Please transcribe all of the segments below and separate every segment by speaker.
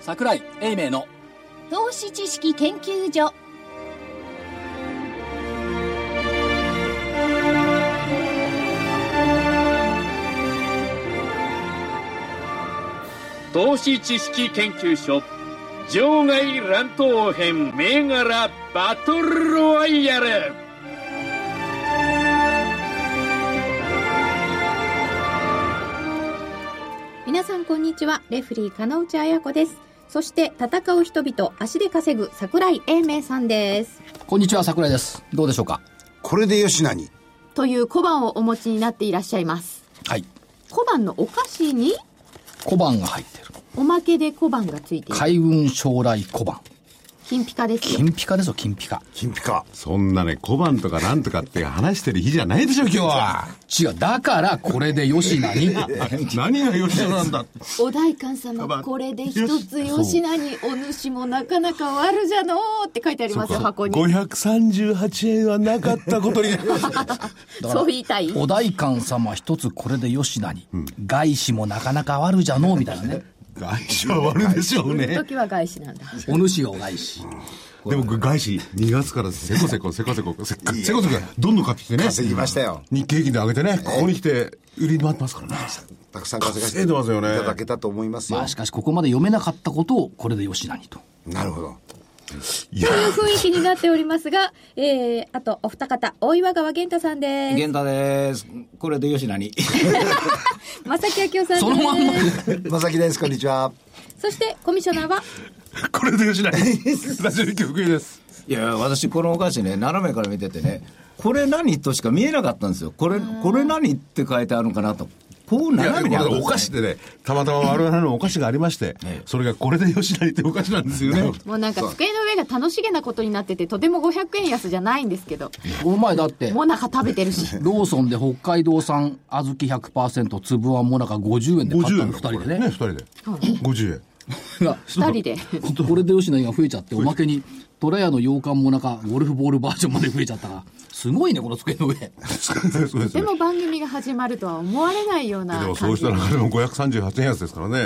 Speaker 1: 桜井英明の
Speaker 2: 投資知識研究所
Speaker 3: 投資知識研究所場外乱闘編銘柄バトルロワイヤル
Speaker 4: 皆さんこんにちはレフリー金内彩子ですそして戦う人々足で稼ぐ桜井英明さんです
Speaker 5: こんにちは、桜井です。どうでしょうか
Speaker 6: これでよしなに。
Speaker 4: という小判をお持ちになっていらっしゃいます
Speaker 5: はい。
Speaker 4: 小判のお菓子に
Speaker 5: 小判が入ってる。
Speaker 4: おまけで小判がついている
Speaker 5: 海運将来小判。
Speaker 4: 金ピカですよ
Speaker 5: 金ピカですよ、金ピカ。
Speaker 6: 金ピカ。
Speaker 7: そんなね、小判とかなんとかって話してる日じゃないでしょ、今日は。
Speaker 5: 違う。だから、これでよしな に。
Speaker 7: 何が吉田なんだって。
Speaker 4: お代官
Speaker 7: 小
Speaker 4: 様
Speaker 7: 判
Speaker 4: これで一つよしなにお主もなかなか悪じゃのうって書いてありますよ箱に
Speaker 7: 538円はなかったことに。
Speaker 4: そう言いたい
Speaker 5: お代官様一つこれでよしなに。外資もなかなか悪じゃのう、みたいなね。
Speaker 7: 外資は悪いでしょうね。
Speaker 4: 時は外資なんだ
Speaker 5: お主がお外資。
Speaker 7: でも外資、2月からせこせこせこせこ、せこせこせこ、どんどん買ってきてね。
Speaker 6: 稼ぎましたよ。
Speaker 7: 日経平均で上げてね、ここに来て、売りに回ってますからね。
Speaker 6: たくさん稼がせ
Speaker 7: 稼
Speaker 6: て
Speaker 7: い
Speaker 6: い
Speaker 7: でますよね
Speaker 6: ただけたと思いますよ。
Speaker 5: まあ、しかし、ここまで読めなかったことを、これでよしなにと。
Speaker 6: なるほど。
Speaker 7: いや、
Speaker 4: という雰囲気になっておりますが、えー、あとお二方大岩川源太さんです
Speaker 8: 源太です。これでよしなに。
Speaker 4: 正木明夫さんです
Speaker 5: そのまんまで。
Speaker 6: まさきです。こんにちは。
Speaker 4: そしてコミッショナーは
Speaker 7: これでよしなに。ラジオ日記福井です。
Speaker 8: いや、私このお菓子ね、斜めから見ててね、これ何としか見えなかったんですよ。これ、これ何って書いてあるのかなと。こう
Speaker 7: いや、
Speaker 8: 斜めにあるんですね
Speaker 7: お菓子でね、たまたま我々のお菓子がありまして、それがこれでよしなにってお菓子なんですよね。
Speaker 4: もうなんか机の上が楽しげなことになっててとても500円安じゃないんですけど
Speaker 5: この前だって、
Speaker 4: もなか食べて るし
Speaker 5: ローソンで北海道産小豆100%、粒あんもなか50円で買っ
Speaker 7: 50
Speaker 5: た
Speaker 7: 円
Speaker 5: の、2人でね
Speaker 7: だこれね、2。人で。50円。
Speaker 4: 2人で
Speaker 5: これで吉野家が増えちゃっておまけに虎屋の洋館もなんかゴルフボールバージョンまで増えちゃったからすごいねこの机の上
Speaker 7: そうで す
Speaker 4: で
Speaker 7: ね。
Speaker 4: も番組が始まるとは思われないような
Speaker 7: でもそ
Speaker 4: 感
Speaker 7: うし
Speaker 4: じ
Speaker 7: た中でも538円安ですからね。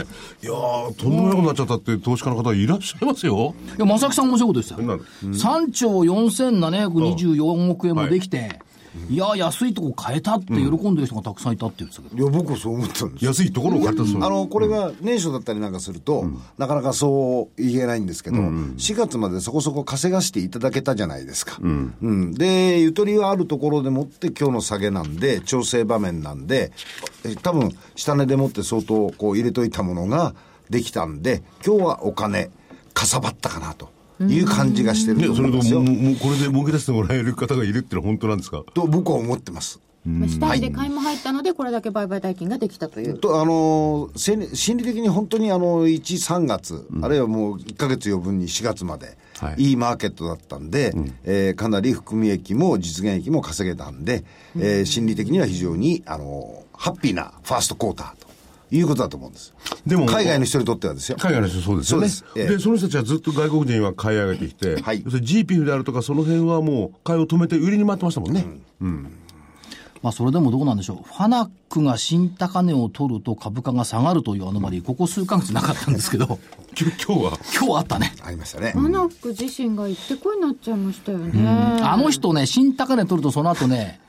Speaker 7: いやー、とんでもないことになっちゃったっていう投資家の方いらっしゃいますよ。
Speaker 5: いや正木さん面白いことでしたよ
Speaker 7: なんだ
Speaker 5: 3兆4724億円もできて、いや安いとこ買えたって喜んでる人がたくさんいたって言ってたけど、
Speaker 6: いや、僕はそう思ったんですよ。
Speaker 7: 安いところを借りたそう
Speaker 6: あの、これが年初だったりなんかすると、なかなかそう言えないんですけど、4月までそこそこ稼がしていただけたじゃないですか。うんで、ゆとりはあるところでもって今日の下げなんで、調整場面なんで、え多分、下値でもって相当こう入れといたものができたんで、今日はお金、かさばったかなという感じがしてる
Speaker 7: ね、
Speaker 6: と
Speaker 7: そ
Speaker 6: 思
Speaker 7: れ
Speaker 6: い
Speaker 7: と
Speaker 6: ます
Speaker 7: も、
Speaker 6: よ。
Speaker 7: もうこれで儲け出してもらえる方がいるってのは本当なんですか
Speaker 6: と僕は思ってます。
Speaker 4: まあ死体で買いも入ったのでこれだけ売買代金ができたという
Speaker 6: とあのーせん心理的に本当にあの1、3月、あるいはもう1か月余分に4月まで、
Speaker 7: はい
Speaker 6: い、いマーケットだったんで、えーかなり含み益も実現益も稼げたんで、えー心理的には非常に、あのーハッピーなファーストクォーターということだと思うんです。
Speaker 7: でも
Speaker 6: 海外の人にとってはですよ。
Speaker 7: 海外の人そうですよね。
Speaker 6: そう
Speaker 7: で
Speaker 6: ですええ
Speaker 7: その人たちはずっと外国人は買い上げてきて、
Speaker 6: はい
Speaker 7: 要するに GPF であるとかその辺はもう買いを止めて売りに回ってましたもんね。
Speaker 5: まあ、それでもどうなんでしょうファナックが新高値を取ると株価が下がるというアノマリーここ数ヶ月なかったんですけど
Speaker 7: きょ今日は、
Speaker 5: 今日あったね
Speaker 6: ありましたね。
Speaker 4: マナック自身が行ってこいになっちゃいましたよね、
Speaker 5: あの人ね、新高値取るとその後ね、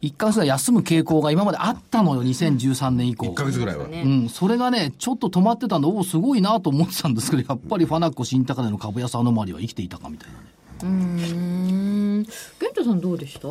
Speaker 5: 1ヶ月ぐらい休む傾向が今まであったのよ、2013年以降
Speaker 7: 1。ヶ月ぐらいは。
Speaker 5: うん、それがね、ちょっと止まってたんで、おお、すごいなと思ってたんですけど、やっぱりファナック新高値の株安アノマリは生きていたかみたいなね。
Speaker 4: うん玄太さんどうでした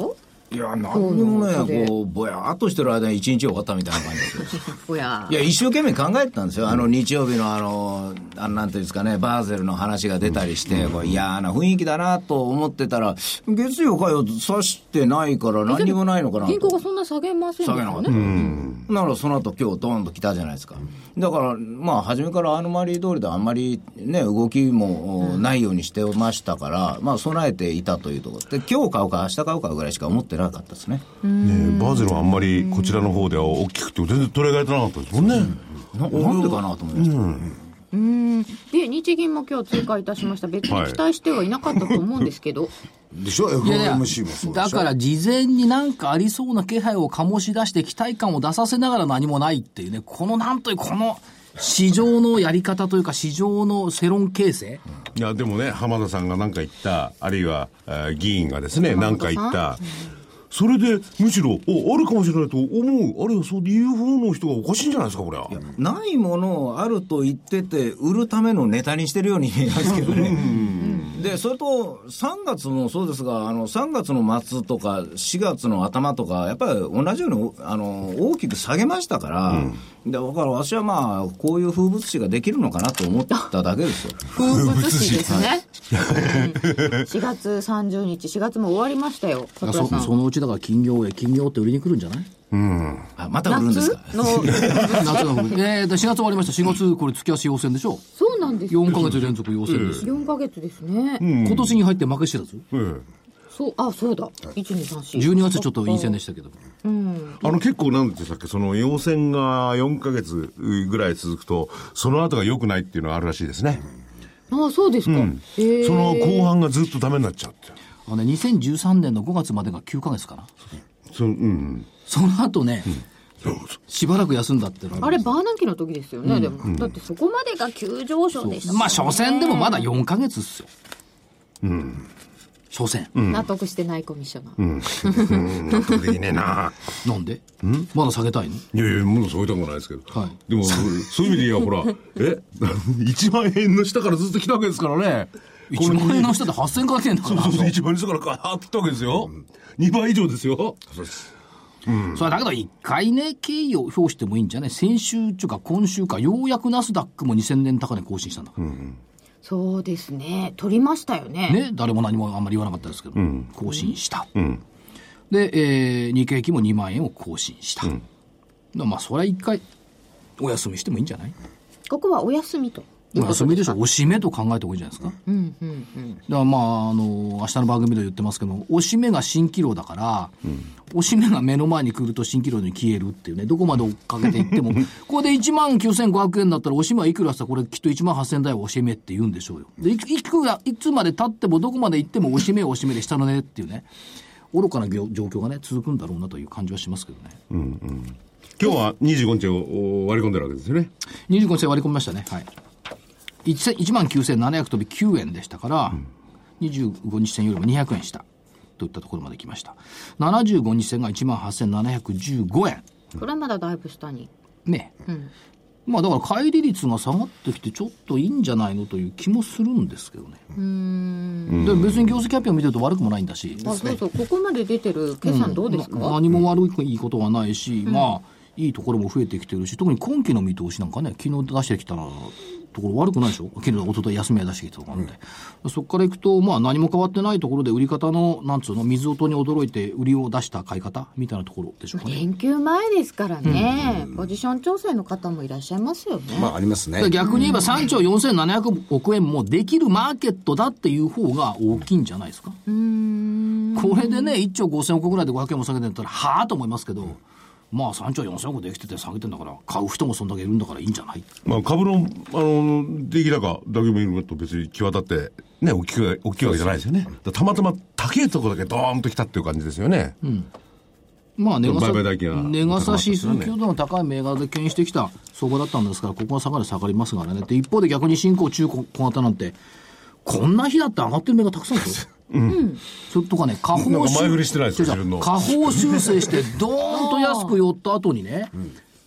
Speaker 8: いや、何にも
Speaker 4: そうなんで
Speaker 8: ね、こう、ぼやーっとしてる間に一日終わったみたいな感じですよ。
Speaker 4: ほや
Speaker 8: いや、一生懸命考えてたんですよ。あの、日曜日のあの、あのなんていうんですかね、バーゼルの話が出たりして、こう嫌な雰囲気だなと思ってたら、月曜火曜指してないから何にもないのかなと。
Speaker 4: 銀行がそんな下げませんで
Speaker 8: 下
Speaker 4: し
Speaker 8: げな
Speaker 4: た
Speaker 8: かっ
Speaker 4: ね
Speaker 8: た。ならその後今日ドーンと来たじゃないですか。だから、まあ、初めからアノマリー通りであんまりね、動きもないようにしてましたから、まあ、備えていたというところで、今日買うか明日買うかぐらいしか思ってなかったですね。
Speaker 7: ねえバーゼルはあんまりこちらの方では大きくて全然取り上げられてなかったですもんね。
Speaker 8: ななんでかなと思いました。
Speaker 4: で日銀も今日追加いたしました別に期待してはいなかったと思うんですけど、
Speaker 6: でしょ ?FOMC もそうでしょ。
Speaker 5: だから事前になんかありそうな気配を醸し出して期待感を出させながら何もないっていうね、このなんという、この市場のやり方というか、市場の世論形成、
Speaker 7: いや、でもね、浜田さんが何か言った、あるいは、えー議員がですね、何か言った。それで、むしろ、お、あるかもしれないと思う。あるいは、そう、UFO の人がおかしいんじゃないですか、これは。
Speaker 8: ないものをあると言ってて、売るためのネタにしてるように見えますけどね。で、それと、3月もそうですが、あの、3月の末とか、4月の頭とか、やっぱり同じように、あの、大きく下げましたから、で、だから私はまあ、こういう風物詩ができるのかなと思っただけですよ。
Speaker 4: 風物詩ですね。うん4月30日、4月も終わりましたよ。
Speaker 5: だか
Speaker 4: 桜
Speaker 5: ら
Speaker 4: 井さ
Speaker 5: そ
Speaker 4: ん
Speaker 5: そのうちだから金業へ、金業って売りに来るんじゃない
Speaker 8: あまた売るんです
Speaker 4: 夏の、
Speaker 8: か。
Speaker 5: 夏が来るえー、で4月終わりました、4月、これ、月足要請でしょ、
Speaker 4: そうなんですよ。
Speaker 5: 4か月連続要請です、
Speaker 4: 4ヶ月ですね。
Speaker 5: 今年に入って負けしてたぞ、
Speaker 7: うん
Speaker 4: そう、あ、そうだ。1、2、3、4。
Speaker 5: 12月ちょっと陰線でしたけど、
Speaker 7: あの、結構、なんでしたっけ、その、陽線が4ヶ月ぐらい続くと、その後が良くないっていうのはあるらしいですね。
Speaker 4: あ、そうですか。へー
Speaker 7: その後半がずっとダメになっちゃうって。
Speaker 5: あのね、2013年の5月までが9か月かな、
Speaker 7: そのうん。
Speaker 5: その後ね、しばらく休んだっていうのが
Speaker 4: あれ、バーナンキの時ですよね、でも。だってそこまでが急上昇でしたもんね。
Speaker 5: まあ、所詮でもまだ4か月っすよ。所詮。
Speaker 4: 納得してないコミッショナー。
Speaker 7: うん。納得できねえな。
Speaker 5: なんでまだ下げたいの
Speaker 7: いやいや、もうそういったことないですけど。
Speaker 5: は
Speaker 7: でも、そういう意味で言えば、ほら、 え ?1 万円の下からずっと来たわけですからね。
Speaker 5: 1万円の下で8000かけんだか
Speaker 7: そう
Speaker 5: ら。
Speaker 7: そうそう、1万円からガーッと来たわけですよ。2倍以上ですよ。
Speaker 5: それだけど一回ね、敬意を表してもいいんじゃね先週とか今週か、ようやくナスダックも2000年高値更新したんだから。
Speaker 4: そうですね。取りましたよね。
Speaker 5: ね、誰も何もあんまり言わなかったですけど、更新した。で、えー日経平均も2万円を更新した。だからまあ、それは一回、お休みしてもいいんじゃない
Speaker 4: ここはお休みと。
Speaker 5: お休みでしょ、おしめと考えた方がいいんじゃないですか。
Speaker 4: うん、うん、うん。
Speaker 5: だからまあ、あの、明日の番組で言ってますけど、おしめが蜃気楼だから、おしめが目の前に来ると蜃気楼に消えるっていうね、どこまで追っかけていって も、これで1万9500円だったら、おしめはいくらしたらこれきっと1万8000台はおしめって言うんでしょうよ。で、いくいくら、いつまで経ってもどこまで行ってもおしめはおしめでしたのねっていうね、愚かな状況がね、続くんだろうなという感じはしますけどね。
Speaker 7: 今日は25日を割り込んでるわけですよね。
Speaker 5: 25日割り込みましたね。はい。1万9700飛び9円でしたから、25日線よりも200円下といったところまで来ました。75日線が1万8715円。
Speaker 4: これはまだだいぶ下に。
Speaker 5: ね。まあだから乖離率が下がってきてちょっといいんじゃないのという気もするんですけどね。で別に業績発表見てると悪くもないんだし。
Speaker 4: あ、そうそう。ここまで出てる決算どうです
Speaker 5: な
Speaker 4: か
Speaker 5: 何も悪いことはないし、まあ、いいところも増えてきてるし、特に今期の見通しなんかね、昨日出してきたところ悪くないでしょ昨日、一昨日休みは出してきたところなんで。そこから行くと、まあ何も変わってないところで売り方の、なんつうの、水音に驚いて売りを出した買い方みたいなところでしょうかね。
Speaker 4: 連休前ですからね、ポジション調整の方もいらっしゃいますよね。
Speaker 6: まあ、ありますね
Speaker 5: だから。逆に言えば3兆4700億円もできるマーケットだっていう方が大きいんじゃないですか。これでね、1兆5000億ぐらいで500円も下げてんだったら、はあと思いますけど、まあ3兆4000億できてて下げてんだから、買う人もそんだけいるんだからいいんじゃない
Speaker 7: まあ、株の、あの、出来高だけ見ると別に際立って、ね、大きく、大きいわけじゃないですよね。だからたまたま高いところだけドーンと来たっていう感じですよね。
Speaker 5: まあ、値がさ
Speaker 7: 売買代金は
Speaker 5: 値が差指数強度の高い銘柄で牽引してきた相場だったんですから、ここが下がり下がりますからね。で、一方で逆に新興中古小型なんて、こんな日だって上がってる銘柄たくさんあるんですよ。それとかね、下
Speaker 7: なん
Speaker 5: 方
Speaker 7: か前振りしてないですよ
Speaker 5: 違う違う
Speaker 7: 自分の
Speaker 5: 下方修正して、ドーンと安く寄った後にね、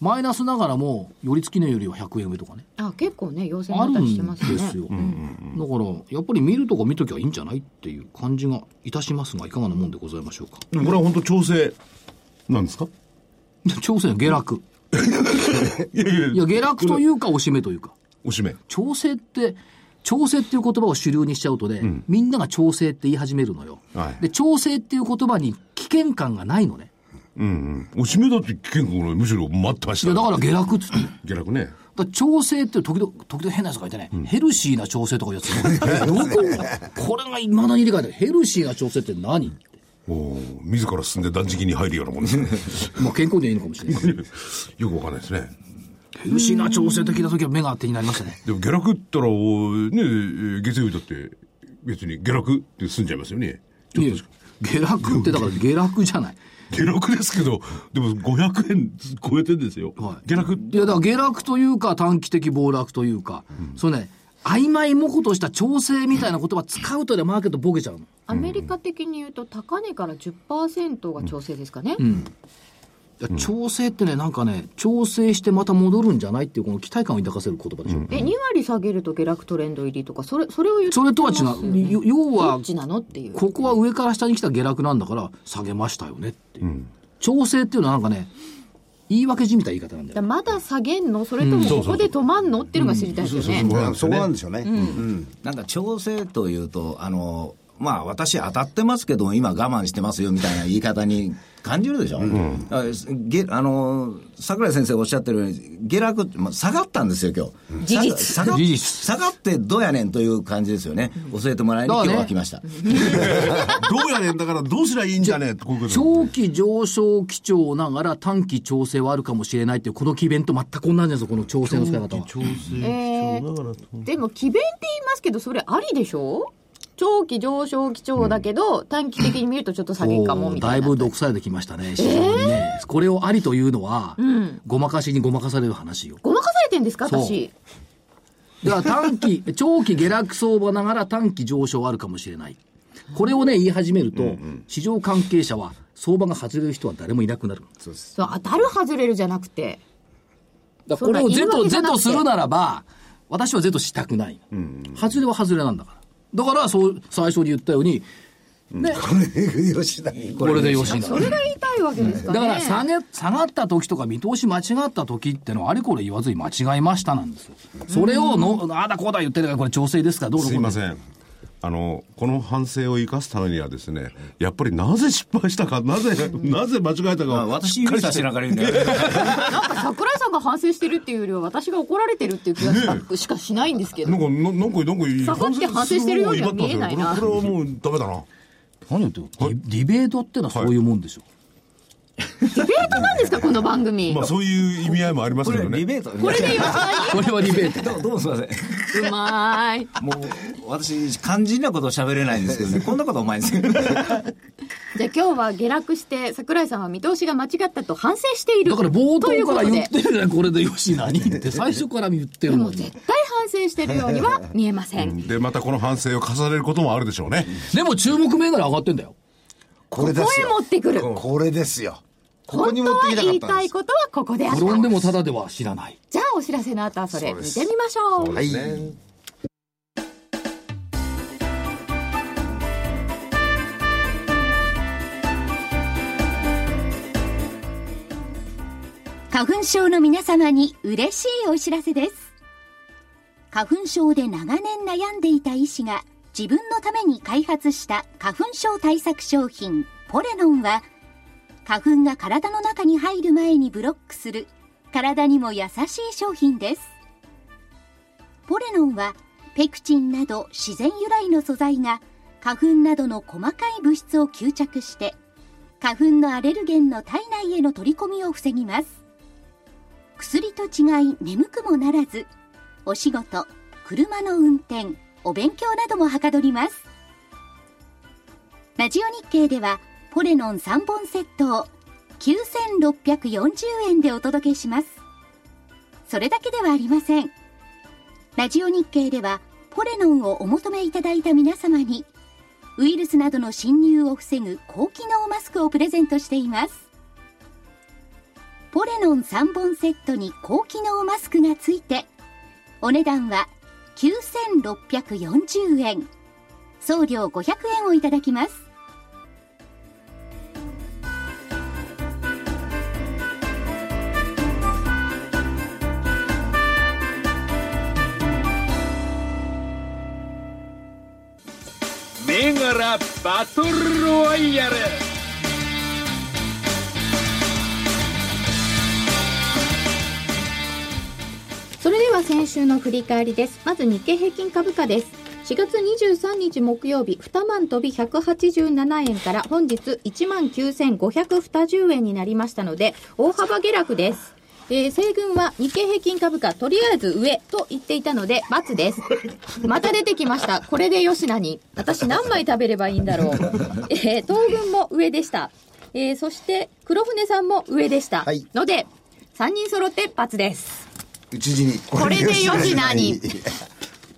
Speaker 5: マイナスながらも、寄り付き値よりは100円上とかね。
Speaker 4: あ、結構ね、要請
Speaker 5: あ
Speaker 4: あっ
Speaker 5: る
Speaker 4: たりして
Speaker 5: ん
Speaker 4: ま
Speaker 5: です
Speaker 4: ね。
Speaker 5: すよ。だから、やっぱり見るとこ見ときゃいいんじゃないっていう感じがいたしますが、いかがなもんでございましょうか。
Speaker 7: でもこれは本当調整なんですか
Speaker 5: 調整の下落。
Speaker 7: いやいや
Speaker 5: いや、下落というか、おしめというか。
Speaker 7: おしめ。
Speaker 5: 調整って、調整っていう言葉を主流にしちゃうとね、みんなが調整って言い始めるのよ。
Speaker 7: はい
Speaker 5: で、調整っていう言葉に危険感がないのね。
Speaker 7: うんうん。おしめだって結構俺むしろ待ってまし
Speaker 5: い
Speaker 7: た
Speaker 5: や、
Speaker 7: よ。
Speaker 5: だから下落っつって。だか
Speaker 7: 下落ね。
Speaker 5: ら調整って時々、時々変なやつがいてね、ヘルシーな調整とかいうやつ がどここれが未だに理解できないヘルシーな調整って何って
Speaker 7: おお自ら進んで断食に入るようなも んですね。
Speaker 5: まあ健康にはいいのかもしれないけど。
Speaker 7: よくわかんないですね。
Speaker 5: ヘルシーな調整って聞いた時は目が当てになりましたね。
Speaker 7: でも下落ったら、おね、えー月曜日だって別に下落って済んじゃいますよね。
Speaker 5: いや下落ってだから下落じゃない。
Speaker 7: 下落ですけど、でも500円超えてんですよ。
Speaker 5: はい
Speaker 7: 下落
Speaker 5: いや、だから下落というか短期的暴落というか、そうね、曖昧模倣とした調整みたいな言葉使うとね、マーケットボケちゃうの。
Speaker 4: アメリカ的に言うと高値から10%が調整ですかね、
Speaker 5: いや調整ってね、なんかね、調整してまた戻るんじゃないっていう、この期待感を抱かせる言葉でしょ。
Speaker 4: え2割下げると下落トレンド入りとかそれそれを言って
Speaker 5: それとは違
Speaker 4: ますよ
Speaker 5: う。
Speaker 4: ね
Speaker 5: よ要
Speaker 4: ど
Speaker 5: は
Speaker 4: っ、ちなのっていう
Speaker 5: ここは上から下に来た下落なんだから、下げましたよねっていう。調整っていうのはなんかね、言い訳じみたい言い方なんだ
Speaker 4: だ
Speaker 5: よ。
Speaker 4: まだ下げんのそれともここで止まんのっていうのが知りたいですよね、
Speaker 6: うんそこなんですよね。うん
Speaker 8: なんか調整というと、あの、まあ私当たってますけど、今我慢してますよみたいな言い方に感じるでしょ。だからげあの、桜井先生おっしゃってるように、下落、まあ、下がったんですよ、今日。
Speaker 4: 事実
Speaker 8: 下が
Speaker 5: 事実
Speaker 8: 下がってどうやねんという感じですよね。教えてもらいに
Speaker 5: だ
Speaker 8: 今
Speaker 5: から
Speaker 8: 日
Speaker 5: ね
Speaker 8: は来ました。
Speaker 7: どうやねんだからどうすりゃいいんじゃねえってこういうこと
Speaker 5: 長期上昇基調ながら短期調整はあるかもしれないっていう、この機弁と全く同じなんですよ、この調整の使い方は。
Speaker 4: えーでも奇弁って言いますけどそれありでしょ長期上昇基調だけど、短期的に見るとちょっと下げかもみたい
Speaker 5: だ
Speaker 4: な
Speaker 5: いぶ毒されてきましたね、市場にね。これをありというのは、ごまかしにごまかされる話よ。
Speaker 4: ごまかされてんですか
Speaker 5: そう
Speaker 4: 私
Speaker 5: だから短 期、長期下落相場ながら短期上昇はあるかもしれない。これをね、言い始めると、市場関係者は、相場が外れる人は誰もいなくなる。
Speaker 4: そう当たる外れるじゃなくて
Speaker 5: だからこれを
Speaker 4: そ
Speaker 5: 是
Speaker 4: んな言い訳
Speaker 5: と
Speaker 4: じゃ
Speaker 5: 是
Speaker 4: なく
Speaker 5: と
Speaker 4: て
Speaker 5: するならば、私は是としたくない。外れは外れなんだから。だから、そう、最初に言ったように、
Speaker 6: 吉田に
Speaker 5: これでよしになる。
Speaker 4: それが言いたいわけですか
Speaker 5: だ
Speaker 4: ね
Speaker 5: から下げ、下がった時とか見通し間違った時ってのはあれこれ言わずに間違えましたなんですよ。それをの、ああだこうだ言ってるからこれ調整ですからどうの
Speaker 7: す
Speaker 5: こ
Speaker 7: いうま
Speaker 5: の
Speaker 7: せん。あの、この反省を生かすためにはですね、やっぱりなぜ失敗したか、なぜ、 なぜ間違えた
Speaker 8: ま
Speaker 7: か
Speaker 8: あ
Speaker 7: を
Speaker 8: 私
Speaker 7: しっかり
Speaker 8: 指差
Speaker 7: して
Speaker 8: しながら言うんだよ。
Speaker 4: なんか桜井さんが反省してるっていうよりは私が怒られてるっていう気がしたしかしないんですけ
Speaker 7: な
Speaker 4: ど
Speaker 7: んか、ななんか、なんか、
Speaker 4: 下がって反省してるようには見えないな
Speaker 7: これこれはもうダメだな。
Speaker 5: 何言ってるのディディベートってのはそういうもんでしょ。
Speaker 4: ディベートなんですかこの番組、
Speaker 7: まあそういう意味合いもあります
Speaker 8: こ
Speaker 7: け
Speaker 8: れ
Speaker 7: ど
Speaker 8: リ
Speaker 7: ね。
Speaker 8: ベート。
Speaker 4: これでよし
Speaker 5: これはディベート。
Speaker 8: どうどうもすいません。
Speaker 4: うまーい
Speaker 8: もう、私、肝心なこと喋れないんですけどね。 こんなことお前にする。
Speaker 4: じゃあ今日は下落して桜井さんは見通しが間違ったと反省している
Speaker 5: だから冒
Speaker 4: という
Speaker 5: 頭
Speaker 4: こ
Speaker 5: から
Speaker 4: と
Speaker 5: 言
Speaker 4: で
Speaker 5: ってるじゃん、これでよし何って最初から言ってる
Speaker 4: で
Speaker 5: の
Speaker 4: も
Speaker 5: に
Speaker 4: 絶。対反省してるように は見えません
Speaker 7: で、またこの反省を重ねることもあるでしょうね。
Speaker 5: でも注目銘柄上がってんだよ。
Speaker 6: これで
Speaker 4: 声
Speaker 6: すよ。
Speaker 4: 持ってくる
Speaker 6: これですよ。ここ
Speaker 4: 本
Speaker 6: に
Speaker 4: 当
Speaker 6: 持って
Speaker 4: は
Speaker 6: きたか
Speaker 4: 言
Speaker 6: っ
Speaker 4: い
Speaker 6: たん
Speaker 4: た
Speaker 6: で
Speaker 4: い
Speaker 6: す。
Speaker 4: ことはここであっ
Speaker 5: 転んで
Speaker 4: た
Speaker 5: もただでは知らない。
Speaker 4: じゃあお知らせの後はそれ見てみましょう
Speaker 6: はい。
Speaker 2: 花粉症の皆様に嬉しいお知らせです。花粉症で長年悩んでいた医師が自分のために開発した花粉症対策商品ポレノンは花粉が体の中に入る前にブロックする体にも優しい商品です。ポレノンはペクチンなど自然由来の素材が花粉などの細かい物質を吸着して花粉のアレルゲンの体内への取り込みを防ぎます。薬と違い眠くもならずお仕事車の運転お勉強などもはかどりますラジオ日経ではポレノン3本セットを9640円でお届けしますそれだけではありませんラジオ日経ではポレノンをお求めいただいた皆様にウイルスなどの侵入を防ぐ高機能マスクをプレゼントしていますポレノン3本セットに高機能マスクがついてお値段は9640円送料500円をいただきます
Speaker 3: 銘柄バトルロワイヤル
Speaker 9: それでは先週の振り返りです。まず日経平均株価です。4月23日木曜日、2万飛び187円から本日1万9520円になりましたので、大幅下落です。
Speaker 4: えー西軍は日経平均株価とりあえず上と言っていたので×です。また出てきました。これで吉なに。私何枚食べればいいん だろう。えー東軍も上でした。えーそして黒船さんも上でした。
Speaker 6: はい
Speaker 4: ので、3人揃って×です。
Speaker 6: うちじに。
Speaker 10: これでよしなに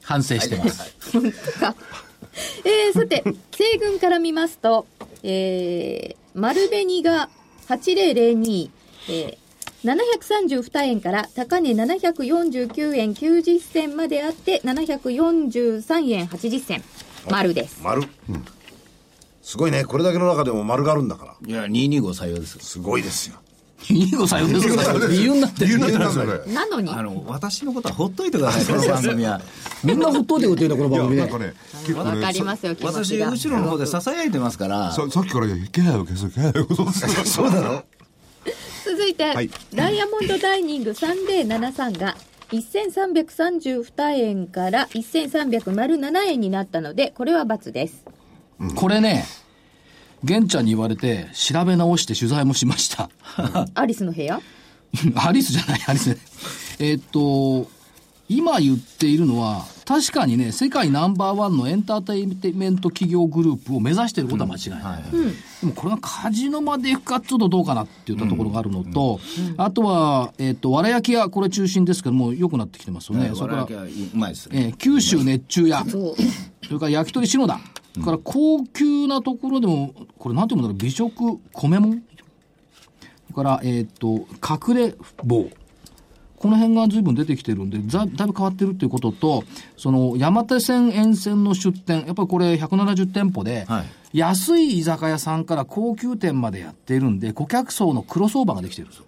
Speaker 5: 反省してます。
Speaker 4: えーさて、西軍から見ますと、えー、丸紅が8002、えー732円から高値749円90銭まであって743円80銭丸です
Speaker 6: 丸。すごいね。これだけの中でも丸があるんだから。
Speaker 8: いや、225採用ですよ。
Speaker 6: すごいですよ。
Speaker 5: いいご採用ですから理由になってる。
Speaker 4: なのに
Speaker 8: あの、私のことはほっといてください、この番組は。
Speaker 5: みんなほっといてくれてるんだこの番組
Speaker 7: なん
Speaker 5: ね
Speaker 7: か。ね、結構
Speaker 10: わか
Speaker 7: ね、
Speaker 10: りますよ、気持ち
Speaker 8: 私、
Speaker 10: が。
Speaker 8: 後ろの方で囁いてますから、
Speaker 7: ささっきから気配を消す、気配を消す。そうだろ
Speaker 4: 続いて、
Speaker 7: い
Speaker 4: ダイヤモンドダイニング3073が1332円から1307円になったのでこれは×です
Speaker 5: これね、玄ちゃんに言われて、調べ直して取材もしました。
Speaker 4: アリスの部屋
Speaker 5: アリスじゃない、アリスじゃない。えーっと、今言っているのは、確かにね、世界ナンバーワンのエンターテインメント企業グループを目指していることは間違いない。でもこれがカジノまで行くかちょっとどうかなっていったところがあるのと、あとは、えーっと、わら焼き屋、これ中心ですけども、良くなってきてますよね。それから
Speaker 8: 笑いはうまいです
Speaker 5: え
Speaker 8: ね。
Speaker 5: ー九州熱中屋、
Speaker 4: そう
Speaker 5: それから焼き鳥篠田、それから高級なところでも、これなんていうんだろう、美食、米もんそれから、えーっと、隠れ棒。この辺が随分出てきてるんで、だだいぶ変わってるっていうことと、その山手線沿線の出店、やっぱりこれ170店舗で、
Speaker 8: はい
Speaker 5: 安い居酒屋さんから高級店までやってるんで、顧客層の黒相場ができてるんです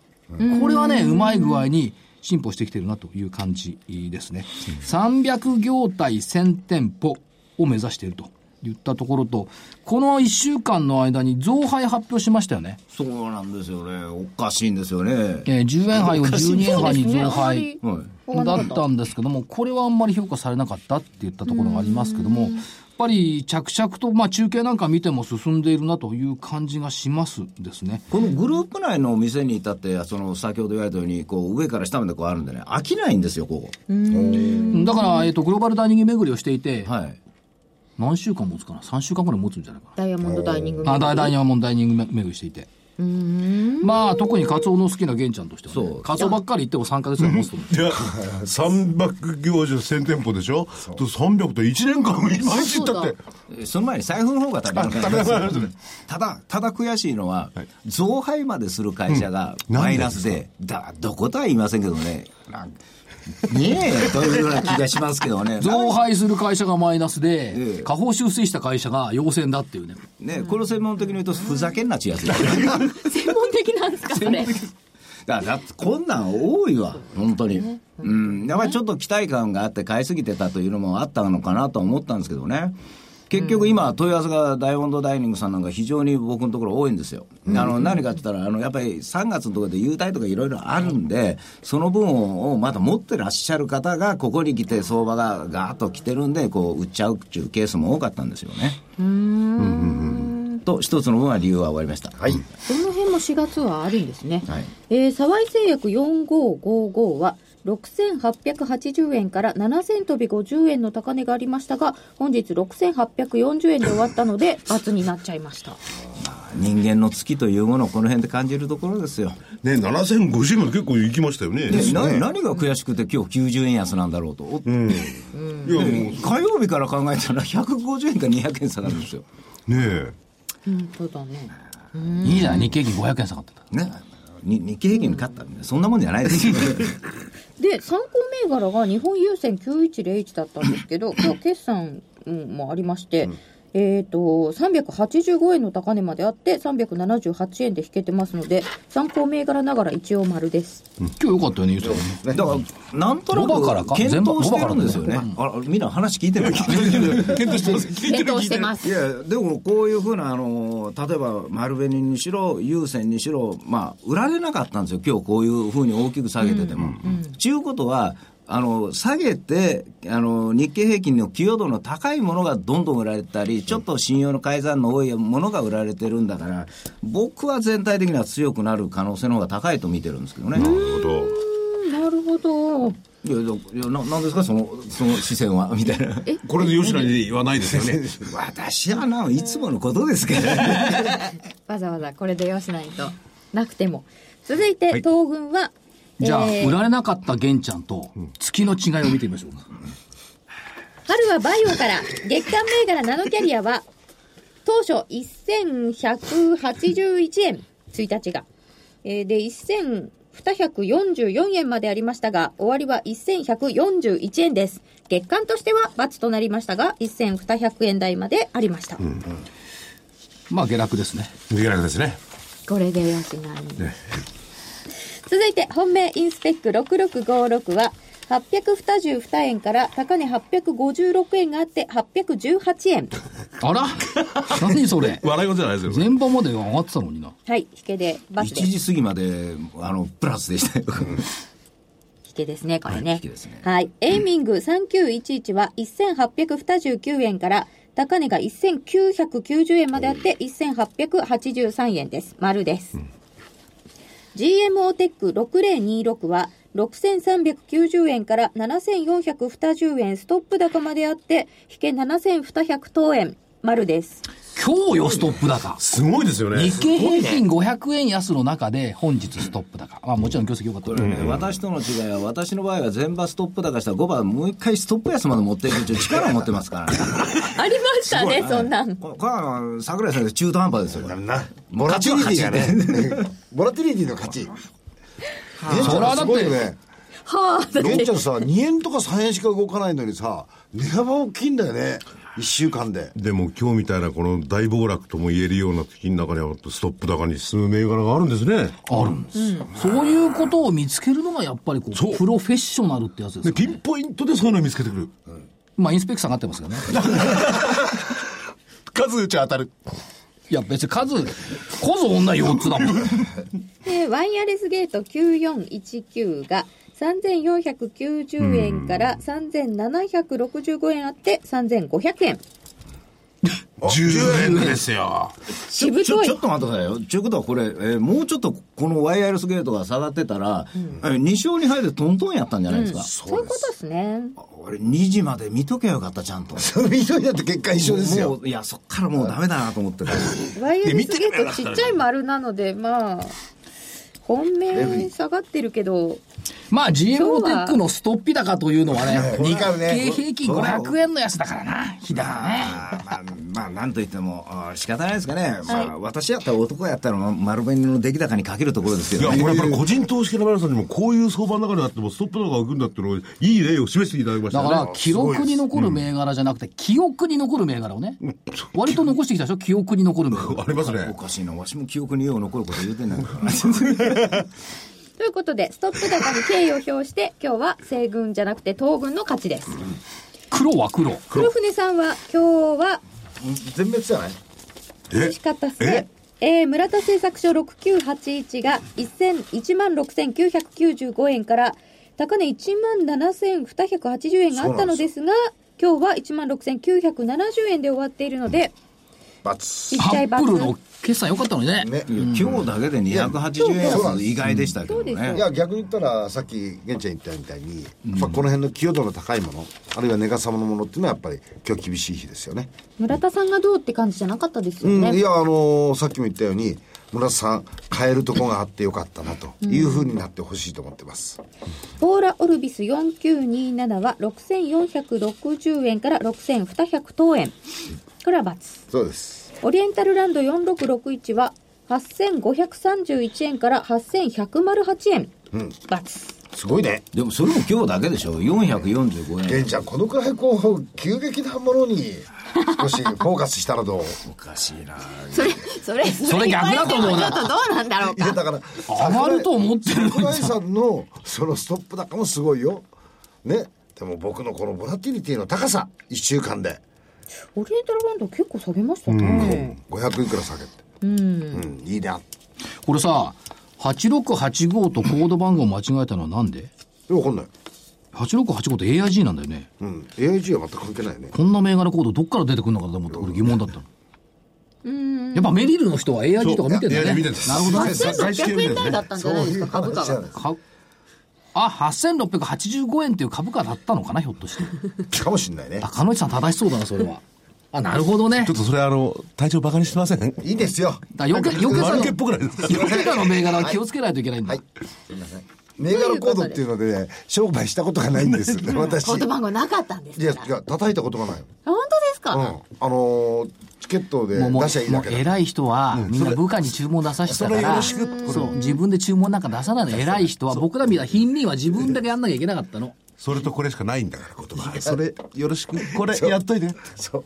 Speaker 5: よ。これはね、うまい具合に進歩してきてるなという感じですね。300業態1000店舗を目指していると言ったところと、この1週間の間に増配発表しましたよね。
Speaker 8: そうなんですよね。おかしいんですよね。
Speaker 5: えー10円杯を12円杯に増
Speaker 10: あんま
Speaker 5: 配
Speaker 10: り。
Speaker 8: はい。
Speaker 5: だったんですけども、これはあんまり評価されなかったって言ったところがありますけども、やっぱり着々と、まあ、中継なんか見ても進んでいるなという感じがしますですね。
Speaker 8: このグループ内のお店に至って、その先ほど言われたように、こう上から下までこうあるんでね、飽きないんですよ、ここ。
Speaker 5: だから、えっ、と、グローバルダイニング巡りをしていて、
Speaker 8: はい。
Speaker 5: 何週間持つかな ?3 週間ぐらい持つんじゃないかな。
Speaker 10: ダイヤモンドダイニング
Speaker 5: あ大大ニングダイニング巡りしていて。まあ、特にカツオの好きな玄ちゃんとしては、ね、
Speaker 8: そう
Speaker 5: カツオばっかり行っても3ヶ月ぐらい持つと思う。
Speaker 7: いや、三百行事千店舗でしょと三百と一年間毎日行ったって。
Speaker 8: その前に財布の方が食べなくなりますよねただ、ただ悔しいのは、増配までする会社が
Speaker 7: うんなんで
Speaker 8: マイナスで、だ、どことは言いませんけどね、なんねえ、というような気がしますけどね。
Speaker 5: 増配する会社がマイナスで、
Speaker 8: ええ
Speaker 5: 下方修正した会社が陽線だっていうね。
Speaker 8: ね、これを専門的に言うと、ふざけんなっちゅうやつだ
Speaker 4: 専門的なんですかそれ
Speaker 8: だだってこんなん多いわ本当にうんやっぱりちょっと期待感があって買いすぎてたというのもあったのかなとは思ったんですけどね結局今問い合わせがダイヤモンドダイニングさんなんか非常に僕のところ多いんですよ、あの何かって言ったらあのやっぱり3月のところで優待とかいろいろあるんでその分をまだ持ってらっしゃる方がここに来て相場がガーッと来てるんでこう売っちゃうっていうケースも多かったんですよねうんと一つの分は理由は終わりましたはい、
Speaker 10: この辺も4月はあるんですね。
Speaker 8: はい、
Speaker 4: えー、沢井製薬4555は6880円から7000飛び50円の高値がありましたが本日6840円で終わったので×になっちゃいました
Speaker 8: 人間の月というものをこの辺で感じるところですよ
Speaker 7: ね、七千五十円結構行きましたよね。
Speaker 8: でな何が悔しくて今日90円安なんだろうと、お
Speaker 7: いや、も
Speaker 8: 火曜日から考えたら150円か200円下がるんですよ、
Speaker 7: う、ね
Speaker 10: うん、そうだね。
Speaker 5: いいじゃない、日経平均500円下がってた。
Speaker 8: ね、に日経平均に勝ったみたいなそんなもんじゃない ですよ
Speaker 4: で参考銘柄が日本郵船9101だったんです けど今日決算うんもありまして、えー、と385円の高値まであって378円で引けてますので参考銘柄ながら一応丸です
Speaker 5: 今日よかったよね、ゆうさんね。
Speaker 8: だからなんとな
Speaker 5: ロバからか
Speaker 8: く検討してるんですよ
Speaker 5: 全
Speaker 8: ね
Speaker 5: 部
Speaker 8: あみんな話聞いてる
Speaker 10: 検討してます。
Speaker 8: いやでもこういうふうなあの例えば丸紅にしろ優先にしろまあ売られなかったんですよ今日こういうふうに大きく下げてても。ちゅうことはあの、下げて、あの、日経平均の寄与度の高いものがどんどん売られたり、ちょっと信用の改ざんの多いものが売られてるんだから、僕は全体的には強くなる可能性の方が高いと見てるんですけどね。
Speaker 7: なるほど。
Speaker 4: なるほど。
Speaker 8: いや、いやななんですか、その、その視線は、みたいな。
Speaker 7: これで吉野に言わないですよね。
Speaker 8: 私はな、いつものことで すから。
Speaker 4: わざわざこれでよしないと。なくても。続いて、東軍は、
Speaker 5: じゃあ、
Speaker 4: えー
Speaker 5: 売られなかった玄ちゃんと月の違いを見てみましょうか。
Speaker 4: 春はバイオから、月間銘柄ナノキャリアは、当初1181円、1日が。えーで、1244円までありましたが、終わりは1141円です。月間としては×となりましたが、1200円台までありました。
Speaker 5: まあ、下落ですね。
Speaker 7: できないですね。
Speaker 4: これでよしない。 続いて、本命インスペック6656は、822円から高値856円があって818円。
Speaker 5: あら何それ
Speaker 7: 笑い事じゃないですよ。
Speaker 5: 前場まで上がってたのにな。
Speaker 4: はい、引けで、バスで
Speaker 8: 1時過ぎまで、あの、プラスでしたよ。
Speaker 4: 引けですね、これね。
Speaker 8: はい引けですね
Speaker 4: はいエイミング3911は1829円から、高値が1990円まであって、1883円です。丸です。GMO テック6026は、6390円から7420円ストップ高まであって、引け7200等円。丸です。
Speaker 5: 今日よ、ストップ高。
Speaker 7: すごいですよね
Speaker 5: 日。経平均500円安の中で本日ストップ高。まあもちろん業績良かったけどね
Speaker 8: 私との違いは、私の場合は全場ストップ高したら5番、もう一回ストップ安まで持っていくっていう力を持ってますからね。
Speaker 4: ありましたね、そんなん。
Speaker 8: ここれはあの桜井先生、中途半端ですよ、これ。
Speaker 6: なボラティリティがね ボラティリティの勝ち 玄ち
Speaker 5: それ
Speaker 6: ゃ
Speaker 5: はだ
Speaker 6: んす
Speaker 5: っ
Speaker 6: ごいよ
Speaker 5: て
Speaker 6: ね玄ちゃんさ2円とか3円しか動かないのにさ値幅大きいんだよね1週間で
Speaker 7: でも今日みたいなこの大暴落とも言えるような時の中にはストップ高に進む銘柄があるんですね。
Speaker 5: あるんですよ、そういうことを見つけるのがやっぱりこうプロフェッショナルってやつです
Speaker 7: で、
Speaker 5: よ
Speaker 7: ピンポイントでそういうのを見つけてくる。
Speaker 5: まあインスペクサーがってますけどね
Speaker 7: 数打ち当たる。
Speaker 5: いや別に数こそ女4つだもん
Speaker 4: でワイヤレスゲート9419が3490円から3765円あって3500円。
Speaker 7: 10円ですよ。
Speaker 4: し
Speaker 8: ちょ
Speaker 4: ぶとい
Speaker 8: ちょっと待ってくださいよ。ということは、これ、えーもうちょっとこのワイヤレスゲートが下がってたら、えー2勝2敗でトントンやったんじゃないですか。
Speaker 4: そういうことですね。
Speaker 8: 俺、2時まで見とけばよかった、ちゃんと。
Speaker 6: 緑だって結果一緒です
Speaker 8: も
Speaker 6: よ
Speaker 8: ういや、そっからもうダメだなと思ってた。
Speaker 4: ワイヤレスゲートちっちゃい丸なので、まあ、本命下がってるけど、
Speaker 5: まあ GMO テックのストッピ高というのはね日
Speaker 6: かるね
Speaker 5: 経平均500円の安だからな日だからね
Speaker 8: あーまあ、まあ、なんといっても、あー仕方ないですかね。まあ、私やったら男やったら、ま丸紅の出来高にかけるところです
Speaker 7: い
Speaker 8: け
Speaker 7: や、
Speaker 8: ど
Speaker 7: これ
Speaker 8: ね。
Speaker 7: やっぱり個人投資家の皆さんにもこういう相場の中になってもストップ高が浮くんだっていうのをいい例を示していただきました
Speaker 5: だ
Speaker 7: ね。
Speaker 5: から記録に残る銘柄じゃなくて記憶に残る銘柄をね割と残してきたでしょ記憶に残る銘柄
Speaker 7: あり ますね
Speaker 8: お。かしいな、わしも記憶によう残ること言うてないから。
Speaker 4: ということで、ストップ高に敬意を表して、今日は西軍じゃなくて東軍の勝ちです。
Speaker 5: 黒は黒
Speaker 4: 黒船さんは、今日は
Speaker 6: 全滅じゃない
Speaker 7: え
Speaker 4: 惜しかったっすね。えー、村田製作所6981が1000 16,995円から高値17,280円があったのですが、今日は16,970円で終わっているので、
Speaker 6: 罰
Speaker 4: ちっ
Speaker 5: ア
Speaker 4: ちゃい
Speaker 5: ッ
Speaker 4: バ
Speaker 5: プ
Speaker 4: ツ
Speaker 5: ルの決算良かったのにね
Speaker 6: ね
Speaker 8: 今日だけで280円安意外でしたけど
Speaker 4: そうです
Speaker 8: ね
Speaker 6: い。や逆に言ったらさっき玄ちゃん言ったみたいに、まあ、この辺の寄与度の高いものあるいは値がさまのものっていうのはやっぱり今日厳しい日ですよね
Speaker 4: 村田さんがどうって感じじゃなかったですよ
Speaker 6: うん、い
Speaker 4: ね。
Speaker 6: や、あのーさっきも言ったように、村田さん、変えるとこがあってよかったなというふうになってほしいと思ってます。
Speaker 4: ポーラオルビス4927は6,460円から6,200等円。これは×。
Speaker 6: そうです。
Speaker 4: オリエンタルランド4661は8531円から8108円。
Speaker 6: うん、
Speaker 4: ×。
Speaker 6: すごいね。
Speaker 8: でもそれも今日だけでしょ ?445 円。
Speaker 6: 玄ちゃん、このくらいこう、急激なものに、少しフォーカスしたら どう
Speaker 8: おかしいな。
Speaker 11: それ、それ、そ
Speaker 5: れ逆だと思うな
Speaker 11: ちょっとどうなんだろう
Speaker 6: いや、
Speaker 11: か。
Speaker 6: だから、
Speaker 5: 上がると思ってるのに
Speaker 6: 桜井さんの、そのストップ高もすごいよ。ね。でも僕のこのボラティリティの高さ、1週間で、
Speaker 4: オリエンタルランド結構下げましたね。
Speaker 6: 500いくら下げて。うん、いいな。
Speaker 5: これさ8685とコード番号間違えたのはなんで
Speaker 6: わかんない。
Speaker 5: 8685って AIG なんだよね。
Speaker 6: うん。AIG は全く関係ないね。
Speaker 5: こんな銘柄コードどっから出てくるのかと思って、これ疑問だったの。やっぱメリルの人は AIG とか見てんだ
Speaker 7: い
Speaker 5: ね。
Speaker 7: や見てんです
Speaker 5: なるほどね。
Speaker 4: 8600円台だったんじゃないですか、株価が。
Speaker 5: かあ、8685円っていう株価だったのかな、ひょっ として。
Speaker 6: かもしんないね
Speaker 5: あ、。鹿野内さん正しそうだな、それは。あ、なるほどね。
Speaker 7: ちょっとそれあの、体調バカにしてません
Speaker 6: いいですよ。
Speaker 5: だよけ、よけ
Speaker 7: マ
Speaker 5: さ
Speaker 7: ル
Speaker 5: の、
Speaker 7: ケっぽくないですか
Speaker 5: よけの銘柄は気をつけないといけないんだ。
Speaker 6: はい。すみません。銘柄コードっていうので、ね、商売したことがないんです。私。
Speaker 4: 言葉がなかったんです
Speaker 6: い
Speaker 4: か
Speaker 6: や、
Speaker 4: ら。
Speaker 6: いや、叩いたことがない。
Speaker 4: 本当です
Speaker 6: うん。
Speaker 4: か、
Speaker 6: あのーチケットで
Speaker 5: もうも
Speaker 6: 出しゃいいう
Speaker 5: も
Speaker 6: だ
Speaker 5: う
Speaker 6: けだ。
Speaker 5: 偉い人は、みんな部下に注文出させたから、そう、自分で注文なんか出さないの偉い人は、僕らみたいな貧民は自分だけやんなきゃいけなかったの。
Speaker 7: それとこれしかないんだから、言葉。それ、よろしく。これ、やっといて。
Speaker 6: そ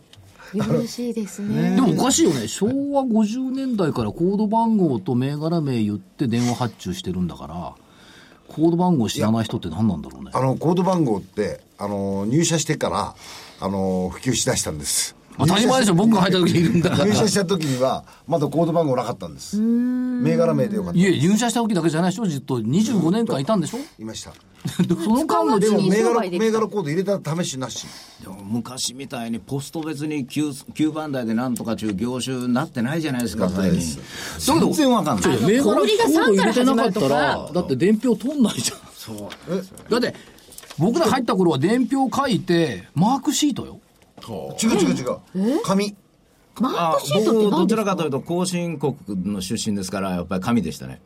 Speaker 6: う。
Speaker 4: よろしいですね。
Speaker 5: でもおかしいよね。昭和50年代からコード番号と銘柄名言って電話発注してるんだから、コード番号知らない人って何なんだろうね
Speaker 6: あ。の、コード番号って、あのー入社してから、あのー普及しだしたんです。
Speaker 5: 当たり前でしょ、僕が入った時いるんだから。
Speaker 6: 入社した時には、まだコード番号なかったんです。銘柄名でよかった
Speaker 5: い。え、入社した時だけじゃないでしょ、ずっと25年間いた んでしょ
Speaker 6: いました。
Speaker 5: その間の
Speaker 6: で
Speaker 5: で
Speaker 6: も、
Speaker 5: も、
Speaker 6: 銘
Speaker 4: 商
Speaker 6: 柄、
Speaker 4: 売できた
Speaker 6: 銘柄コード入れた試しなし。
Speaker 8: でも昔みたいにポスト別に 9, 9番台でなんとか中業種になってないじゃないですか最近全然わかんない
Speaker 5: 銘柄
Speaker 4: 小売りが3から始まるとか
Speaker 5: だって伝票取んないじゃん。だって、僕ら入った頃は伝票書いて、マークシートよ。
Speaker 6: 違う違う違う。紙。
Speaker 4: マー
Speaker 8: あ
Speaker 4: クシー
Speaker 8: 僕
Speaker 4: トって
Speaker 8: ど
Speaker 4: 何
Speaker 8: ち
Speaker 4: で
Speaker 8: らかというと後進国の出身ですからやっぱり紙でしたね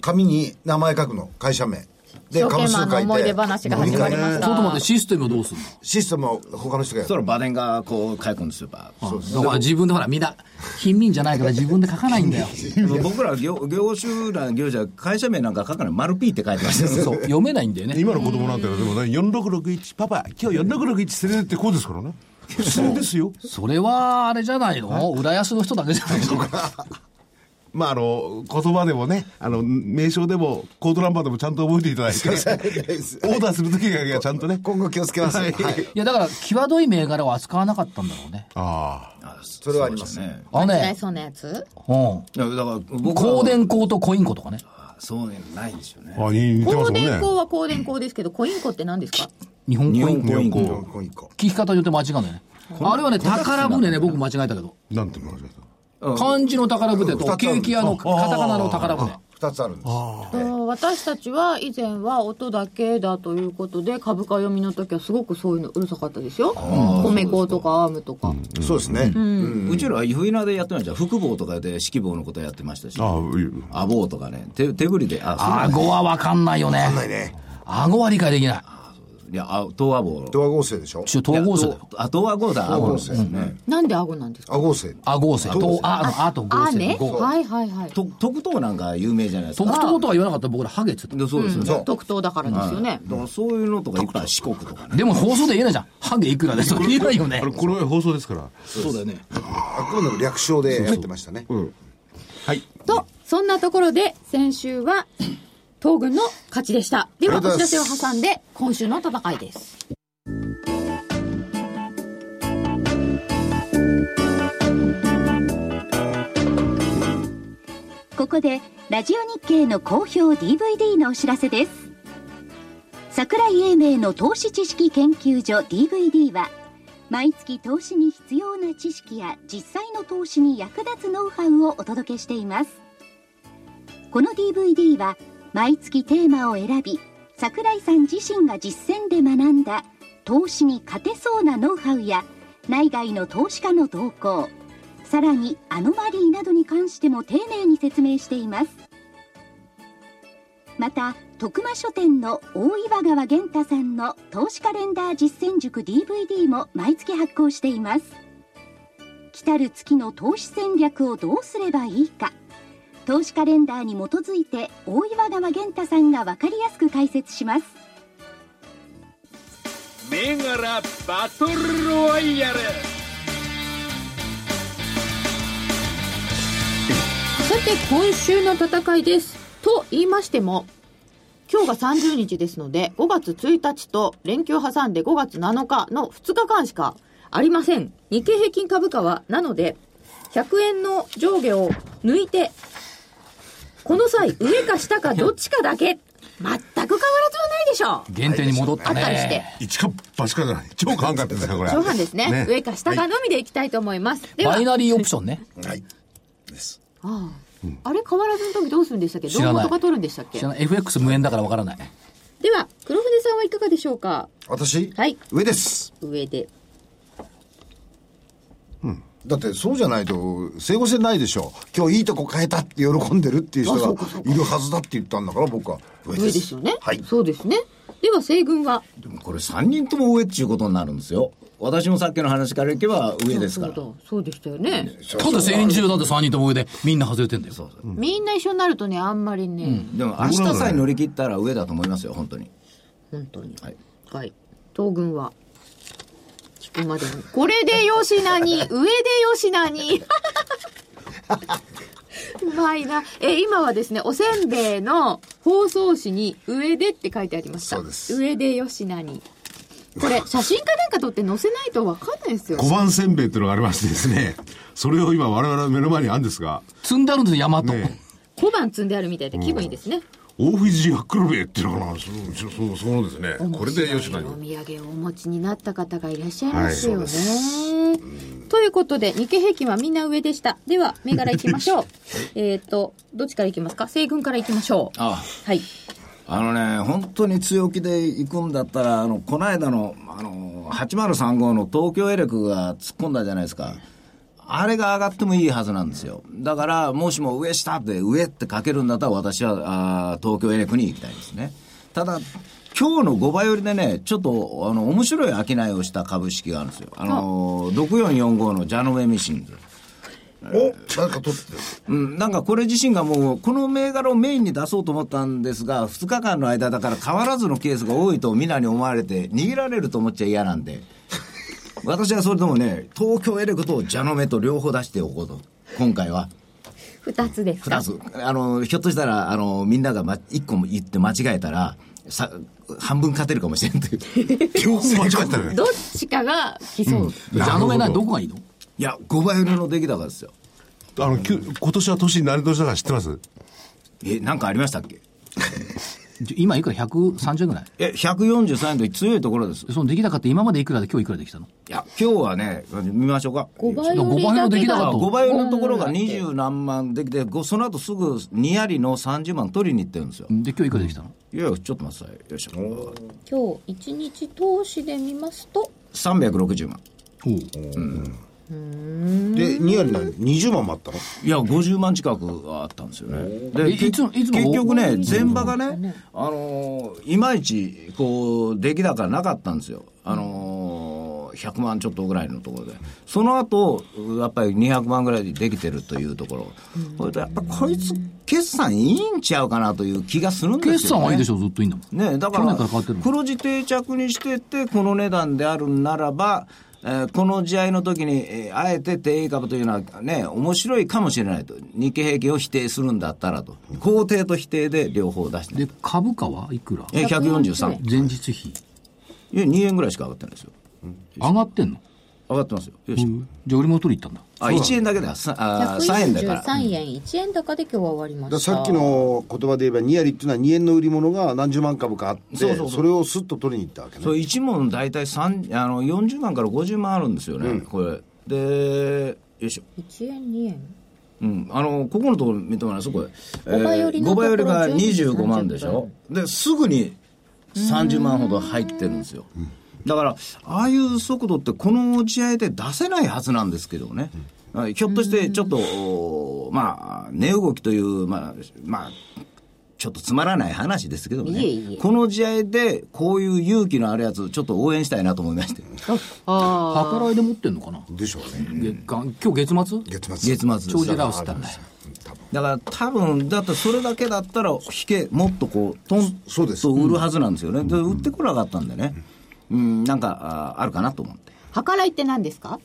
Speaker 6: 紙に名前書くの。会社名。で、
Speaker 4: 証券
Speaker 6: 株
Speaker 4: マン
Speaker 6: 数書い
Speaker 4: の
Speaker 6: て。
Speaker 4: 思い出話が始まりまし
Speaker 5: ちょっと
Speaker 4: た。
Speaker 5: 待って、システムをどうする
Speaker 6: システムを他の人がや
Speaker 8: そした
Speaker 6: る。
Speaker 8: らバデンがこう書い込んですよバーッと
Speaker 5: のだから自分でほら、みんな、貧民じゃないから自分で書かないんだよ。
Speaker 8: 僕ら業業種ら業者会社名なんか書かない丸 P って書いてました
Speaker 5: そう、読めないんだよね。
Speaker 7: 今の子供なんて、でもね、4661、パパ、今日4661連れてってこうですからね。失礼ですよ。
Speaker 5: それは、あれじゃないの浦安の人だけじゃない の
Speaker 7: まあ、あの、言葉でもね、あの、名称でも、コードナンバーでもちゃんと覚えていただいて、オ ーダーするときがちゃんとね。
Speaker 6: 今後気をつけます。はい。
Speaker 5: いや、だから、際どい銘柄を扱わなかったんだろうね。
Speaker 7: ああ。
Speaker 6: それはあります。
Speaker 8: ね
Speaker 5: あの
Speaker 4: え
Speaker 5: ね、
Speaker 4: そんなやつ
Speaker 5: うん。
Speaker 8: いやだから僕は
Speaker 5: 光電工とコインコとかね。
Speaker 8: そういうのないんですよね
Speaker 7: あ、似てます
Speaker 4: 光
Speaker 7: もんね
Speaker 4: 電。工は光電工ですけど、コインコって何ですか
Speaker 5: 日本コイン
Speaker 8: 日本
Speaker 5: 工。
Speaker 8: コイン
Speaker 6: 今
Speaker 8: コ
Speaker 6: 後一個。
Speaker 5: 聞き方によって間違うんだよね。あれはね、宝船ね、僕間違えたけど。
Speaker 7: なんていうのかしら
Speaker 5: 漢字の宝船
Speaker 6: 二つあ
Speaker 5: と、
Speaker 6: る
Speaker 5: ケーキ屋の、カタカナの宝船。
Speaker 6: 二つあるんです。
Speaker 4: そう私たちは以前は音だけだということで株価読みの時はすごくそういうのうるさかったですよ米粉とかアームとか、
Speaker 6: そうですね。
Speaker 8: うちらはゆいなでやってました福坊とかで指揮棒のことやってましたし
Speaker 7: ああ、いい
Speaker 8: アボーとかね手手振りであそう
Speaker 5: 顎はわかんないよね。
Speaker 6: ないね。
Speaker 5: 顎は理解できない。
Speaker 8: いやあ東アボー
Speaker 6: ドア合成でしょ
Speaker 5: 一応統合成だよ。
Speaker 8: あ東アゴーだアボーですね
Speaker 4: なんで顎なんですか
Speaker 6: ア合成。
Speaker 5: あ合成。と、あ、ああと合
Speaker 4: あ
Speaker 5: 成。
Speaker 4: ね
Speaker 5: 合
Speaker 4: はいはいはい
Speaker 8: と特等なんか有名じゃないです
Speaker 5: 特
Speaker 8: か
Speaker 5: 等とは言わなかったら僕らハゲっつって
Speaker 8: でそうですよね、
Speaker 4: 特等だからですよね、
Speaker 8: だからそういうのとかいっぱい四国とかね
Speaker 5: た。でも放送で言えないじゃん。ハゲいくらでとか言え ないよね
Speaker 7: あれ、。この前放送ですから。
Speaker 5: そうだよね。
Speaker 6: あくまでも略称でやってましたね。
Speaker 7: はい。
Speaker 9: と、そんなところで、先週は、東軍の勝ちでした。
Speaker 4: では
Speaker 6: あ
Speaker 4: お
Speaker 6: りがとう
Speaker 4: 知らせ
Speaker 6: ござい
Speaker 4: を
Speaker 6: ます
Speaker 4: 挟んで今週の戦いです
Speaker 2: ここでラジオ日経の好評 DVD のお知らせです桜井英明の投資知識研究所 DVD は毎月投資に必要な知識や実際の投資に役立つノウハウをお届けしていますこの DVD は毎月テーマを選び桜井さん自身が実践で学んだ投資に勝てそうなノウハウや内外の投資家の動向さらにアノマリーなどに関しても丁寧に説明していますまた徳間書店の大岩川源太さんの投資カレンダー実践塾 DVD も毎月発行しています来たる月の投資戦略をどうすればいいか投資カレンダーに基づいて大岩川源太さんが分かりやすく解説します
Speaker 3: 銘柄バトルロワイヤル
Speaker 4: さて今週の戦いですと言いましても今日が30日ですので5月1日と連休挟んで5月7日の2日間しかありません日経平均株価はなので100円の上下を抜いてこの際上か下かどっちかだけ全く変わらずはないでしょう。
Speaker 5: 原点に戻っ
Speaker 4: あ
Speaker 5: た
Speaker 4: ったりして
Speaker 5: ね。。
Speaker 7: 一か八かじゃない。超簡かったですね、これ。
Speaker 4: 上半ですね上か下か
Speaker 7: はい
Speaker 4: のみでいきたいと思います。では
Speaker 5: バイ、ナリーオプション ね。
Speaker 7: はい。です。
Speaker 4: あああれ変わらずの時どうするんでしたっけ
Speaker 5: 知
Speaker 4: ど
Speaker 5: らな
Speaker 4: う
Speaker 5: い
Speaker 4: もとか取るんでしたっけ
Speaker 5: 知らない FX 無縁だからわからない。
Speaker 9: では、黒船さんはいかがでしょうか
Speaker 6: 私、
Speaker 9: はい
Speaker 6: 上です。
Speaker 9: 上で。
Speaker 6: だってそうじゃないと整合性ないでしょ今日いいとこ変えたって喜んでるっていう人がいるはずだって言ったんだから僕は上
Speaker 4: 上ですよね。
Speaker 6: はい
Speaker 4: そうですね。では、西軍は。
Speaker 8: でもこれ3人とも上っていうことになるんですよ私もさっきの話からいけば上ですから
Speaker 4: そうだそうでしたよね。
Speaker 5: ただ先中だって3人とも上でみんな外れてんだよ。
Speaker 4: みんな一緒になるとね、あんまりね、
Speaker 8: でも明日さえ乗り切ったら上だと思いますよ本当に
Speaker 4: 本当に。
Speaker 8: はい
Speaker 4: はい。東軍は。聞くまでに。これで吉名に、上で吉名に。 うまいな。え、今はですね、おせんべいの包装紙に、上でって書いてありました。
Speaker 6: そうです
Speaker 4: 上で吉名に。これ、写真かなんか撮って載せないとわかんないですよね
Speaker 7: 五番せんべいっていうのがありましてですね、それを今我々の目の前にあるんです が、
Speaker 5: 積んであるんですよ、山と。
Speaker 7: ね、
Speaker 4: 小判積んであるみたいで気分いいですね。
Speaker 7: 大藤八黒兵衛っていうのかな、そう、そう、そうそうですね。これで吉田
Speaker 4: お
Speaker 7: に。
Speaker 4: 土産をお持ちになった方がいらっしゃいますよね。
Speaker 7: はいそ
Speaker 4: ということで、日経平均はみんな上でした。では、銘柄いきましょう。えっと、どっちからいきますか西軍からいきましょう。
Speaker 8: あ
Speaker 4: はい。
Speaker 8: あのね本当に強気で行くんだったらあのこの間のあの8035の東京エレクが突っ込んだじゃないですかあれが上がってもいいはずなんですよだからもしも上下って上って書けるんだったら私はあー東京エレクに行きたいですねただ今日の5倍よりでね、ちょっと、あの、面白い商いをした株式があるんですよ。あの、6445のジャノベミシンズ。
Speaker 6: おなんか取ってる
Speaker 8: うん、なんかこれ自身がもう、この銘柄をメインに出そうと思ったんですが、2日間の間だから変わらずのケースが多いと皆に思われて、逃げられると思っちゃ嫌なんで、 私はそれともね、東京エレクとジャノメと両方出しておこうと、今回は。
Speaker 9: 二つですか
Speaker 8: 2つ。あの、ひょっとしたら、あの、みんなが、ま、1個も言って間違えたら、さ、半分勝てるかもしれんという。
Speaker 7: 両方間違ったね。
Speaker 4: どっちかが競う。
Speaker 5: じゃあ、あの上ないどこがいいの
Speaker 8: いや、5倍売りの出来高ですよ。
Speaker 7: あの、きゅ今年は年に何年だか知ってます
Speaker 8: え、なんかありましたっけ
Speaker 5: じゃ今いくら ?130 ぐらい
Speaker 8: え、143円と強いところです。い
Speaker 5: でその出来高って今までいくらで今日いくらできたの
Speaker 8: や、今日はね、見ましょうか。
Speaker 9: 5倍
Speaker 5: だか
Speaker 9: よ
Speaker 5: ら5
Speaker 9: り
Speaker 5: 倍の出来高
Speaker 8: あ
Speaker 5: と
Speaker 8: 5倍のところが二十何万できて、ごその後すぐニアリの30万取りに行ってるんですよ。
Speaker 5: で今日いくらできたの
Speaker 8: いやいや、ちょっと待ってください。よいしょ。
Speaker 9: 今日一日通しで見ますと、
Speaker 8: 360万。
Speaker 6: で2割何20万もあったの
Speaker 8: いや、50万近くはあったんですよね。で、
Speaker 5: えいつもいつも
Speaker 8: 結局ね、全場がね、あのーいまいち、こう、出来高なかったんですよ。あのー、100万ちょっとぐらいのところで。その後、やっぱり200万ぐらいでできてるというところ。それとやっぱこいつ、決算いいんちゃうかなという気がするんですよ、ね。
Speaker 5: 決算はいいでしょ、ずっといいんだもん。
Speaker 8: ね、だか
Speaker 5: 去
Speaker 8: ら
Speaker 5: 年から変わってるもん
Speaker 8: 黒字定着にしてって、この値段であるならば、えーこの試合の時に、えーあえて定位株というのはね、面白いかもしれないと、日経平均を否定するんだったらと、肯定と否定で両方出して、
Speaker 5: で、株価はいくら
Speaker 8: えー143、
Speaker 5: 前日比。
Speaker 8: いや2円ぐらいしか上がってないですよ、
Speaker 5: 上がってんの
Speaker 8: 上がってますよ、よいしょ
Speaker 5: じゃあ、売り物取り行ったんだ。
Speaker 8: あ1円だけだ、さあ3円だから、
Speaker 9: 143円、1円高で今日は終わりま
Speaker 6: だ
Speaker 9: した。
Speaker 6: さっきの言葉で言えば2割っていうのは2円の売り物が何十万株かあって
Speaker 8: そ
Speaker 6: そう
Speaker 8: そうそう
Speaker 6: れをスッと取りに行ったわけね
Speaker 8: そう一問大体3あの40万から50万あるんですよね、これ。で、よいしょ。
Speaker 9: 1円、2円。
Speaker 8: うん、あのここのところ見てもらえますこれ、
Speaker 9: 5倍よりの
Speaker 8: 5倍よりが
Speaker 9: ところ10
Speaker 8: 25万でしょですぐに30万ほど入ってるんですよだからああいう速度ってこの試合で出せないはずなんですけどね、はいひょっとしてちょっとおまあ値動きというまあまあちょっとつまらない話ですけどね
Speaker 4: いえいえ
Speaker 8: この試合でこういう勇気のあるやつちょっと応援したいなと思いまして
Speaker 4: あ
Speaker 5: 計らいで持ってんのかな
Speaker 6: でしょうね
Speaker 5: 月間今日月末
Speaker 6: 月末
Speaker 8: 月末
Speaker 5: 長寿ラオスだね
Speaker 8: だから多分だってそれだけだったら引けもっとこうトン
Speaker 6: そうです
Speaker 8: と売るはずなんですよね、で売ってこなかったんでねうんなんかああるかなと思って
Speaker 4: 計らいって何ですか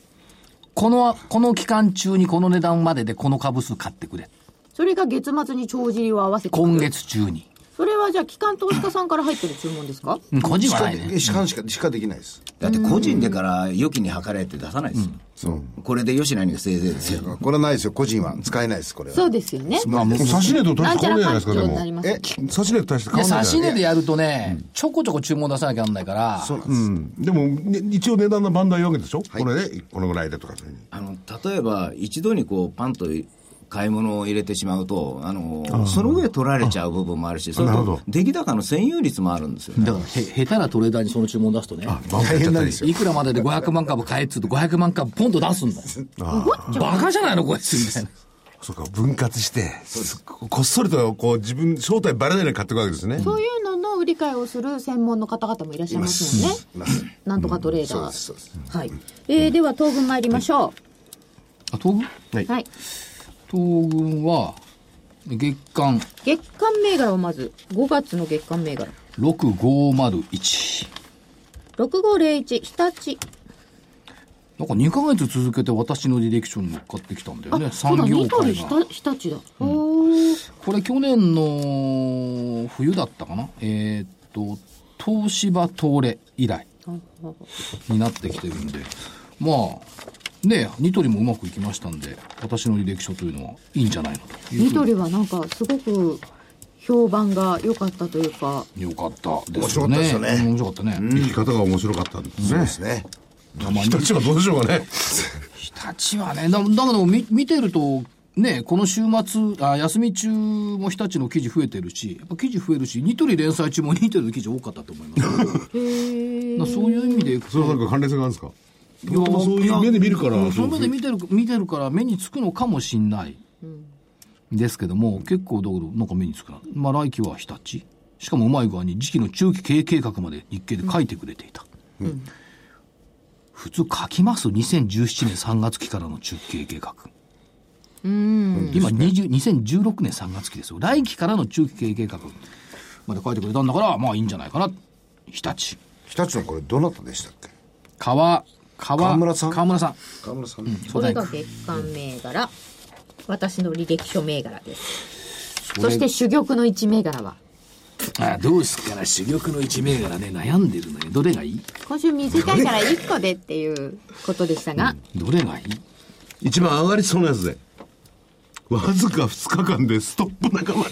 Speaker 5: このこの期間中にこの値段まででこの株数買ってくれ
Speaker 4: それが月末に帳尻を合わせて。
Speaker 5: 今。月中に
Speaker 4: それはじゃあ、機関投資家さんから入ってる注文ですか
Speaker 5: うん個人
Speaker 6: し
Speaker 5: は
Speaker 6: か
Speaker 5: ないね
Speaker 6: で、しかしか、しかできないです。
Speaker 8: だって個人でから預金に計れって出さないですよ、これで吉成にせいぜいですよ
Speaker 6: これはないですよ、個人は。使えないです、これは。
Speaker 4: そうですよね。
Speaker 7: まあ、もう差し値と大
Speaker 4: なん
Speaker 7: して
Speaker 4: ち
Speaker 7: 変
Speaker 4: ゃ
Speaker 7: わん
Speaker 4: ら
Speaker 7: ない
Speaker 4: か
Speaker 7: じゃない
Speaker 4: にな
Speaker 7: ですか、
Speaker 4: り
Speaker 7: でも。
Speaker 4: ます
Speaker 6: え。
Speaker 7: 差し値と大して変
Speaker 5: で
Speaker 7: わんない
Speaker 5: 差
Speaker 7: じゃ
Speaker 5: し
Speaker 7: ない
Speaker 5: 値でやるとね、ちょこちょこ注文出さなきゃなんないから
Speaker 6: そうなん
Speaker 7: う
Speaker 6: です。
Speaker 7: ん。でも、ね一応値段の番台言うわけでしょ、これで、このぐらいでとかそういうふうに
Speaker 8: あの例えば一度にこうパンと買い物を入れてしまうとあのその上取られちゃう部分もあるしそれ
Speaker 7: なるほ
Speaker 8: と
Speaker 7: ど
Speaker 8: 出来高の占有率もあるんですよね
Speaker 5: だからへ下手なトレーダーにその注文出すとね
Speaker 6: 大変なんですよ。
Speaker 5: いくらまでで500万株買えっつうと500万株ポンと出すんだよバカじゃないのこいつみたいな
Speaker 7: そうか、分割して、すこっそりと、こう、自分、正体バレないように買っていくわけですね。
Speaker 4: そういうのの売り買いをする専門の方々もいらっしゃいますもんね。なんとかトレーダ
Speaker 6: そうです
Speaker 4: ー。はい。えー、では、東軍参りましょ
Speaker 5: あ東軍
Speaker 4: う。はい。
Speaker 5: 東軍は月間
Speaker 4: 月間銘柄をまず、5月の月間銘柄。
Speaker 5: 6501
Speaker 4: 6501、日立。
Speaker 5: なんか2ヶ月続けて私の履歴書に乗っかってきたんだよね
Speaker 4: そう
Speaker 5: 産
Speaker 4: だ、
Speaker 5: 業
Speaker 4: ニト
Speaker 5: 界
Speaker 4: リ日
Speaker 5: が
Speaker 4: 立日立だ。おー
Speaker 5: これ去年の冬だったかなえーっと東芝東レ以来になってきてるんでまあねニトリもうまくいきましたんで私の履歴書というのはいいんじゃないのという
Speaker 4: ニトリはなんか、すごく、評判が良かったというか、
Speaker 5: よかったで
Speaker 6: 面
Speaker 5: すよ
Speaker 6: 白かった
Speaker 5: ね
Speaker 6: ですよね
Speaker 5: うん面白かったね
Speaker 7: 生き方が面白かったんです
Speaker 6: そう
Speaker 7: ね
Speaker 6: で。すね。
Speaker 7: 日立はどうでしょうかね。
Speaker 5: 日立はねだだけどみ見てるとねこの週末あ休み中も日立の記事増えてるしやっぱ記事増えるしニトリ連載中もニトリの記事多かったと思いますだからそういう意味でいくと
Speaker 7: それはなんか関連性があるんですか
Speaker 5: いや
Speaker 7: そういう目で見るから
Speaker 5: うん
Speaker 7: そ
Speaker 5: そうういう目で見てる見てるから目につくのかもしんない、ですけども結構だけどなんか目につくなまあ来期は日立しかもうまい具合に次期の中期経営計画まで日経で書いてくれていた、普通書きます2017年3月期からの中期経営計画今20 2016年3月期ですよ来期からの中期経営計画まで書いてくれたんだからまあいいんじゃないかな日立
Speaker 6: 日立のこれ、どなたでしたっけ
Speaker 5: 川川
Speaker 6: 川村さん
Speaker 5: 川村さん
Speaker 6: 河村さん。
Speaker 5: そ
Speaker 4: こ
Speaker 5: うだ
Speaker 4: れ
Speaker 5: い
Speaker 4: が月間銘柄。私の履歴書銘柄です。そして、珠玉の一銘柄は。
Speaker 5: あどうすっから珠玉の一銘柄ね悩んでるのよどれがいい
Speaker 4: 今週短いから1個でっていうことでしたが、
Speaker 5: どれがいい
Speaker 7: 一番上がりそうなやつで。わずか2日間でストップ仲間で。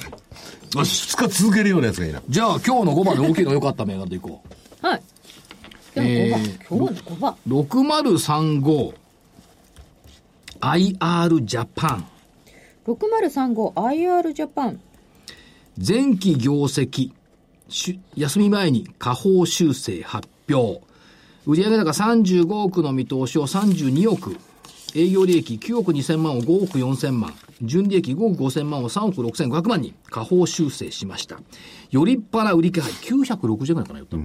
Speaker 7: よし、2日続けるようなやつがいいな。
Speaker 5: じゃあ今日の5番で大きいの良かった銘柄でいこう
Speaker 4: はい。でも5
Speaker 5: え
Speaker 4: 番、
Speaker 5: ー
Speaker 4: 今日の5番。
Speaker 5: 6035 IR ジャパン
Speaker 4: 6035IR ジャパン。
Speaker 5: 前期業績、し休み前に下方修正発表。売上高35億の見通しを32億。営業利益9億2000万を5億4000万。純利益5億5000万を3億6500万に下方修正しました。よりっぱな売り気配960円ぐらいかな、よったの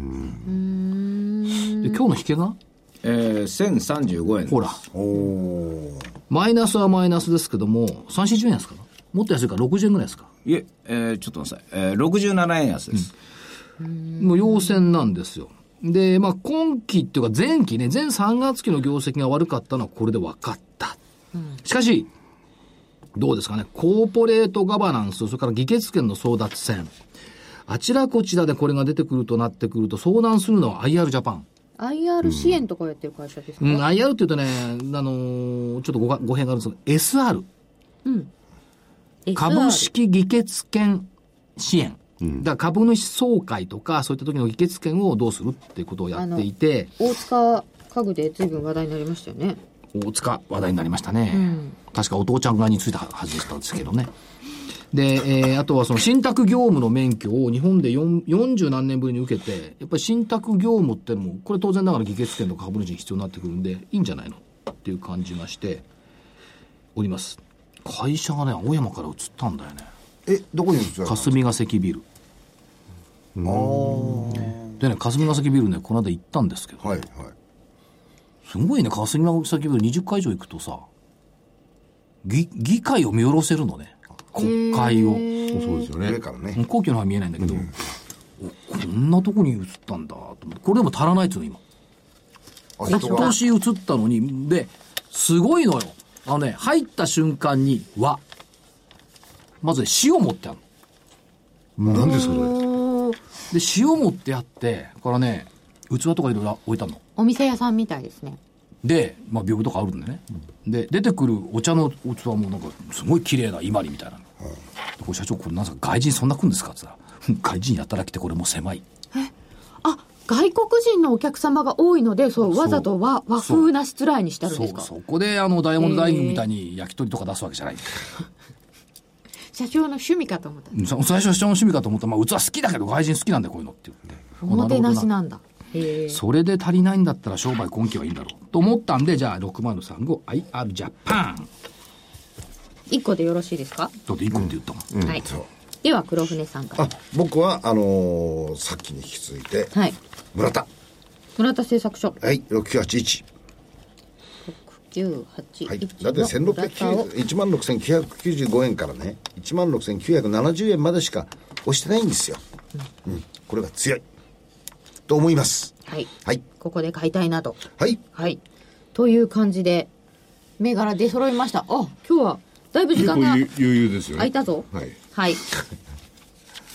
Speaker 5: で、今日の引けが
Speaker 8: えー、1035円
Speaker 5: ほら。マイナスはマイナスですけども、340円安かなもっと安いから60円ぐらいですか
Speaker 8: いええーちょっと待ってください、えー、67円安です、
Speaker 5: の要線なんですよ。で、まあ、今期っていうか前期ね、前3月期の業績が悪かったのはこれで分かった。しかし、どうですかね、コーポレートガバナンス、それから議決権の争奪戦。あちらこちらでこれが出てくるとなってくると、相談するのは IR ジャパン。
Speaker 4: IR 支援とかやってる会社ですか、
Speaker 5: うん、IR って言うとね、あのーちょっとごが語弊があるんですけど、SR。株。式議決権支援。だから株主総会とか、そういった時の議決権をどうするっていうことをやっていて、
Speaker 4: 大塚家具で随分話題になりましたよね。
Speaker 5: 大塚話題になりましたね、確かお父ちゃん側についたはずだったんですけどねで、えーあとはその信託業務の免許を日本で4 40何年ぶりに受けてやっぱり信託業務ってのもこれ当然ながら議決権とか株主に必要になってくるんでいいんじゃないのっていう感じがしております会社がね青山から移ったんだよね
Speaker 6: え、どこに移った
Speaker 5: 霞ヶ関ビルでね霞ヶ関ビルねこの間行ったんですけど
Speaker 6: はい、はい。
Speaker 5: すごいね、霞ヶ関ビル20会場行くとさ、議議会を見下ろせるのね。国会を。
Speaker 7: そうですよ
Speaker 6: 上
Speaker 7: ね。
Speaker 6: からね。
Speaker 5: 皇居のは見えないんだけど、おこんなとこに移ったんだと思って。これでも足らないっつうの、今。
Speaker 6: あ、
Speaker 5: 今
Speaker 6: 人が。
Speaker 5: 年移ったのに、で、すごいのよ。あのね、入った瞬間に和。まずね、塩持ってあるの。
Speaker 7: 何ですかそれ
Speaker 4: おー
Speaker 5: で塩持ってあってこれね器とかいろいろ置いたの
Speaker 4: お店屋さんみたいですね。
Speaker 5: で、まあ、屏風とかあるんでね、で出てくるお茶の器もなんかすごい綺麗な伊万里みたいなの、これ社長これなんすか外人そんな来るんですかって言ったら外人やったら来てこれもう狭い
Speaker 4: あ、外国人のお客様が多いので、そう、
Speaker 5: そう
Speaker 4: わざと和和風なしつらいにしてあるん
Speaker 5: そ
Speaker 4: ですか
Speaker 5: うそこであのダイヤモンドダイニングみたいに焼き鳥とか出すわけじゃない、
Speaker 4: 社長の趣味かと思った。
Speaker 5: さ最初は社長の趣味かと思ったら、まあ、器好きだけど外人好きなんだよこういうのって言って
Speaker 4: おもてなし
Speaker 5: あるほど
Speaker 4: なんだ。へえ。
Speaker 5: それで足りないんだったら商売根気はいいんだろうと思ったんでじゃあ6035 IR ジャパン
Speaker 4: 一個でよろしいですか、
Speaker 5: だっていい子って言ったもん、
Speaker 4: はい。では、黒船さんから
Speaker 6: あ。僕はあのーさっきに引き続いて、
Speaker 4: はい。
Speaker 6: 村田
Speaker 4: 村田製作所。
Speaker 6: はい6981
Speaker 4: 9、8、
Speaker 6: はい、
Speaker 4: 1
Speaker 6: だって
Speaker 4: の村田を
Speaker 6: 1万6995円からね1万6970円までしか押してないんですよ、うん、これが強いと思います
Speaker 4: はい。
Speaker 6: はい
Speaker 4: ここで解体など。
Speaker 6: はい
Speaker 4: はい。という感じで、銘柄出揃いました。あ、今日は、だいぶ時間が
Speaker 7: 結構ゆ余裕ですよね
Speaker 4: 空いたぞ。
Speaker 7: はい。
Speaker 4: はい。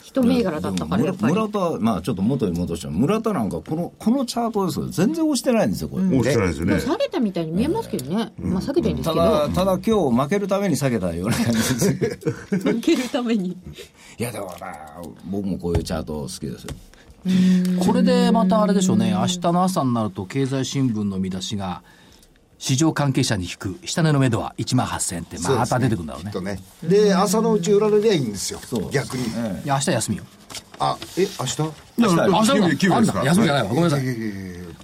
Speaker 4: 一銘柄だったから、やっぱり。
Speaker 8: 村田、まあちょっと元に戻した村田なんかこの、このチャートですよ。全然押してないんですよ、これ。
Speaker 7: 落ちてないですよ
Speaker 4: でも
Speaker 7: ね
Speaker 4: 下げたみたいに見えますけどね。まあ下げてるんです
Speaker 8: た
Speaker 4: けど
Speaker 8: だ、。ただ今日負けるために下げたような感じです。
Speaker 4: 抜けるために。
Speaker 8: いや、でもな、僕もこういうチャート好きですよ。
Speaker 5: これでまたあれでしょうね、明日の朝になると、経済新聞の見出しが、市場関係者に引く、下値の目処は1万8000って、また出てくるんだろうね。
Speaker 6: とねで朝のうち売られりゃいいんですよ逆に、
Speaker 5: いや、明日休みよ。
Speaker 6: あえ明日
Speaker 7: だから
Speaker 5: 明日
Speaker 7: 休み休
Speaker 5: あ
Speaker 7: みで
Speaker 5: る
Speaker 7: すか
Speaker 5: だ、休みじゃないわ。
Speaker 7: い
Speaker 5: ごめんなさい。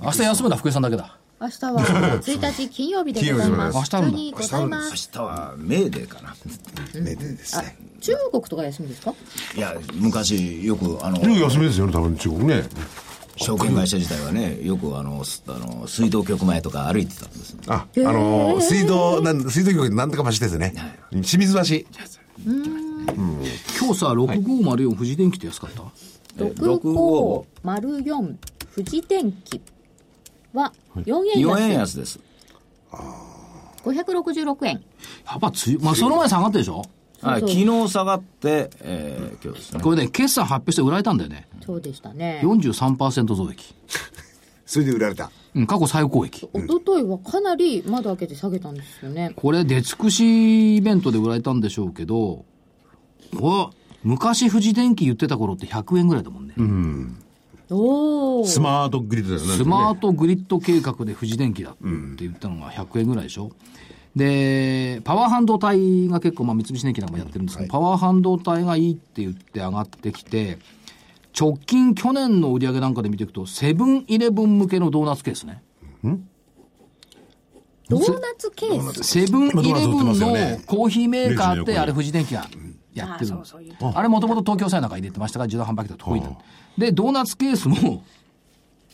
Speaker 5: 明日休むのは福井さんだけだ。
Speaker 9: 明日は1日金曜日でございます。
Speaker 5: 明日あるんだ
Speaker 9: にございます
Speaker 8: 明。日はメーデーかな。
Speaker 6: めでですね
Speaker 9: 中国とか休みですか
Speaker 8: いや、昔よく、あの、
Speaker 7: でも休みですよね多分中国ね
Speaker 8: 証券会社自体はね、よくあの、すあの水道局前とか歩いてたんですよ。
Speaker 12: あ、あのー水道、なん水道局なんとか橋ですね。清水橋。
Speaker 5: 今日さ、6504、富士電機って安かった
Speaker 9: 6504富士電機は4円
Speaker 8: 4
Speaker 9: 安
Speaker 8: 円
Speaker 9: い
Speaker 8: 安です。
Speaker 9: 566円
Speaker 5: やっぱつまあ、その前下がったでしょ
Speaker 8: はい、昨日下がって、えー今日ですね。
Speaker 5: これね、決算発表して売られたんだよね。
Speaker 9: そうでしたね
Speaker 5: 43%増益。
Speaker 6: それで売られた
Speaker 5: うん、過去最高益。
Speaker 9: 一昨日はかなり窓開けて下げたんですよね
Speaker 5: これ、出尽くしイベントで売られたんでしょうけど、これ昔富士電機言ってた頃って100円ぐらいだもんね。
Speaker 9: おお
Speaker 7: スマートグリッドですね
Speaker 5: スマートグリッド計画で富士電機だって言ったのが100円ぐらいでしょ。で、パワー半導体が結構、まあ、三菱電機なんかもやってるんですけど、パワー半導体がいいって言って上がってきて、直近去年の売り上げなんかで見ていくと、セブンイレブン向けのドーナツケースね。
Speaker 9: ドーナツケース
Speaker 5: セブンイレブ
Speaker 7: ドーナ
Speaker 5: ン
Speaker 7: ツ売って
Speaker 5: の
Speaker 7: ますよね
Speaker 5: コーヒーメーカー
Speaker 7: レ
Speaker 5: っ
Speaker 7: ジの横
Speaker 5: て、
Speaker 7: に
Speaker 5: あれ富士電機がやってるのあれもともと東京さえなんか入れてましたから、自動販売機と遠いと。で、ドーナツケースも、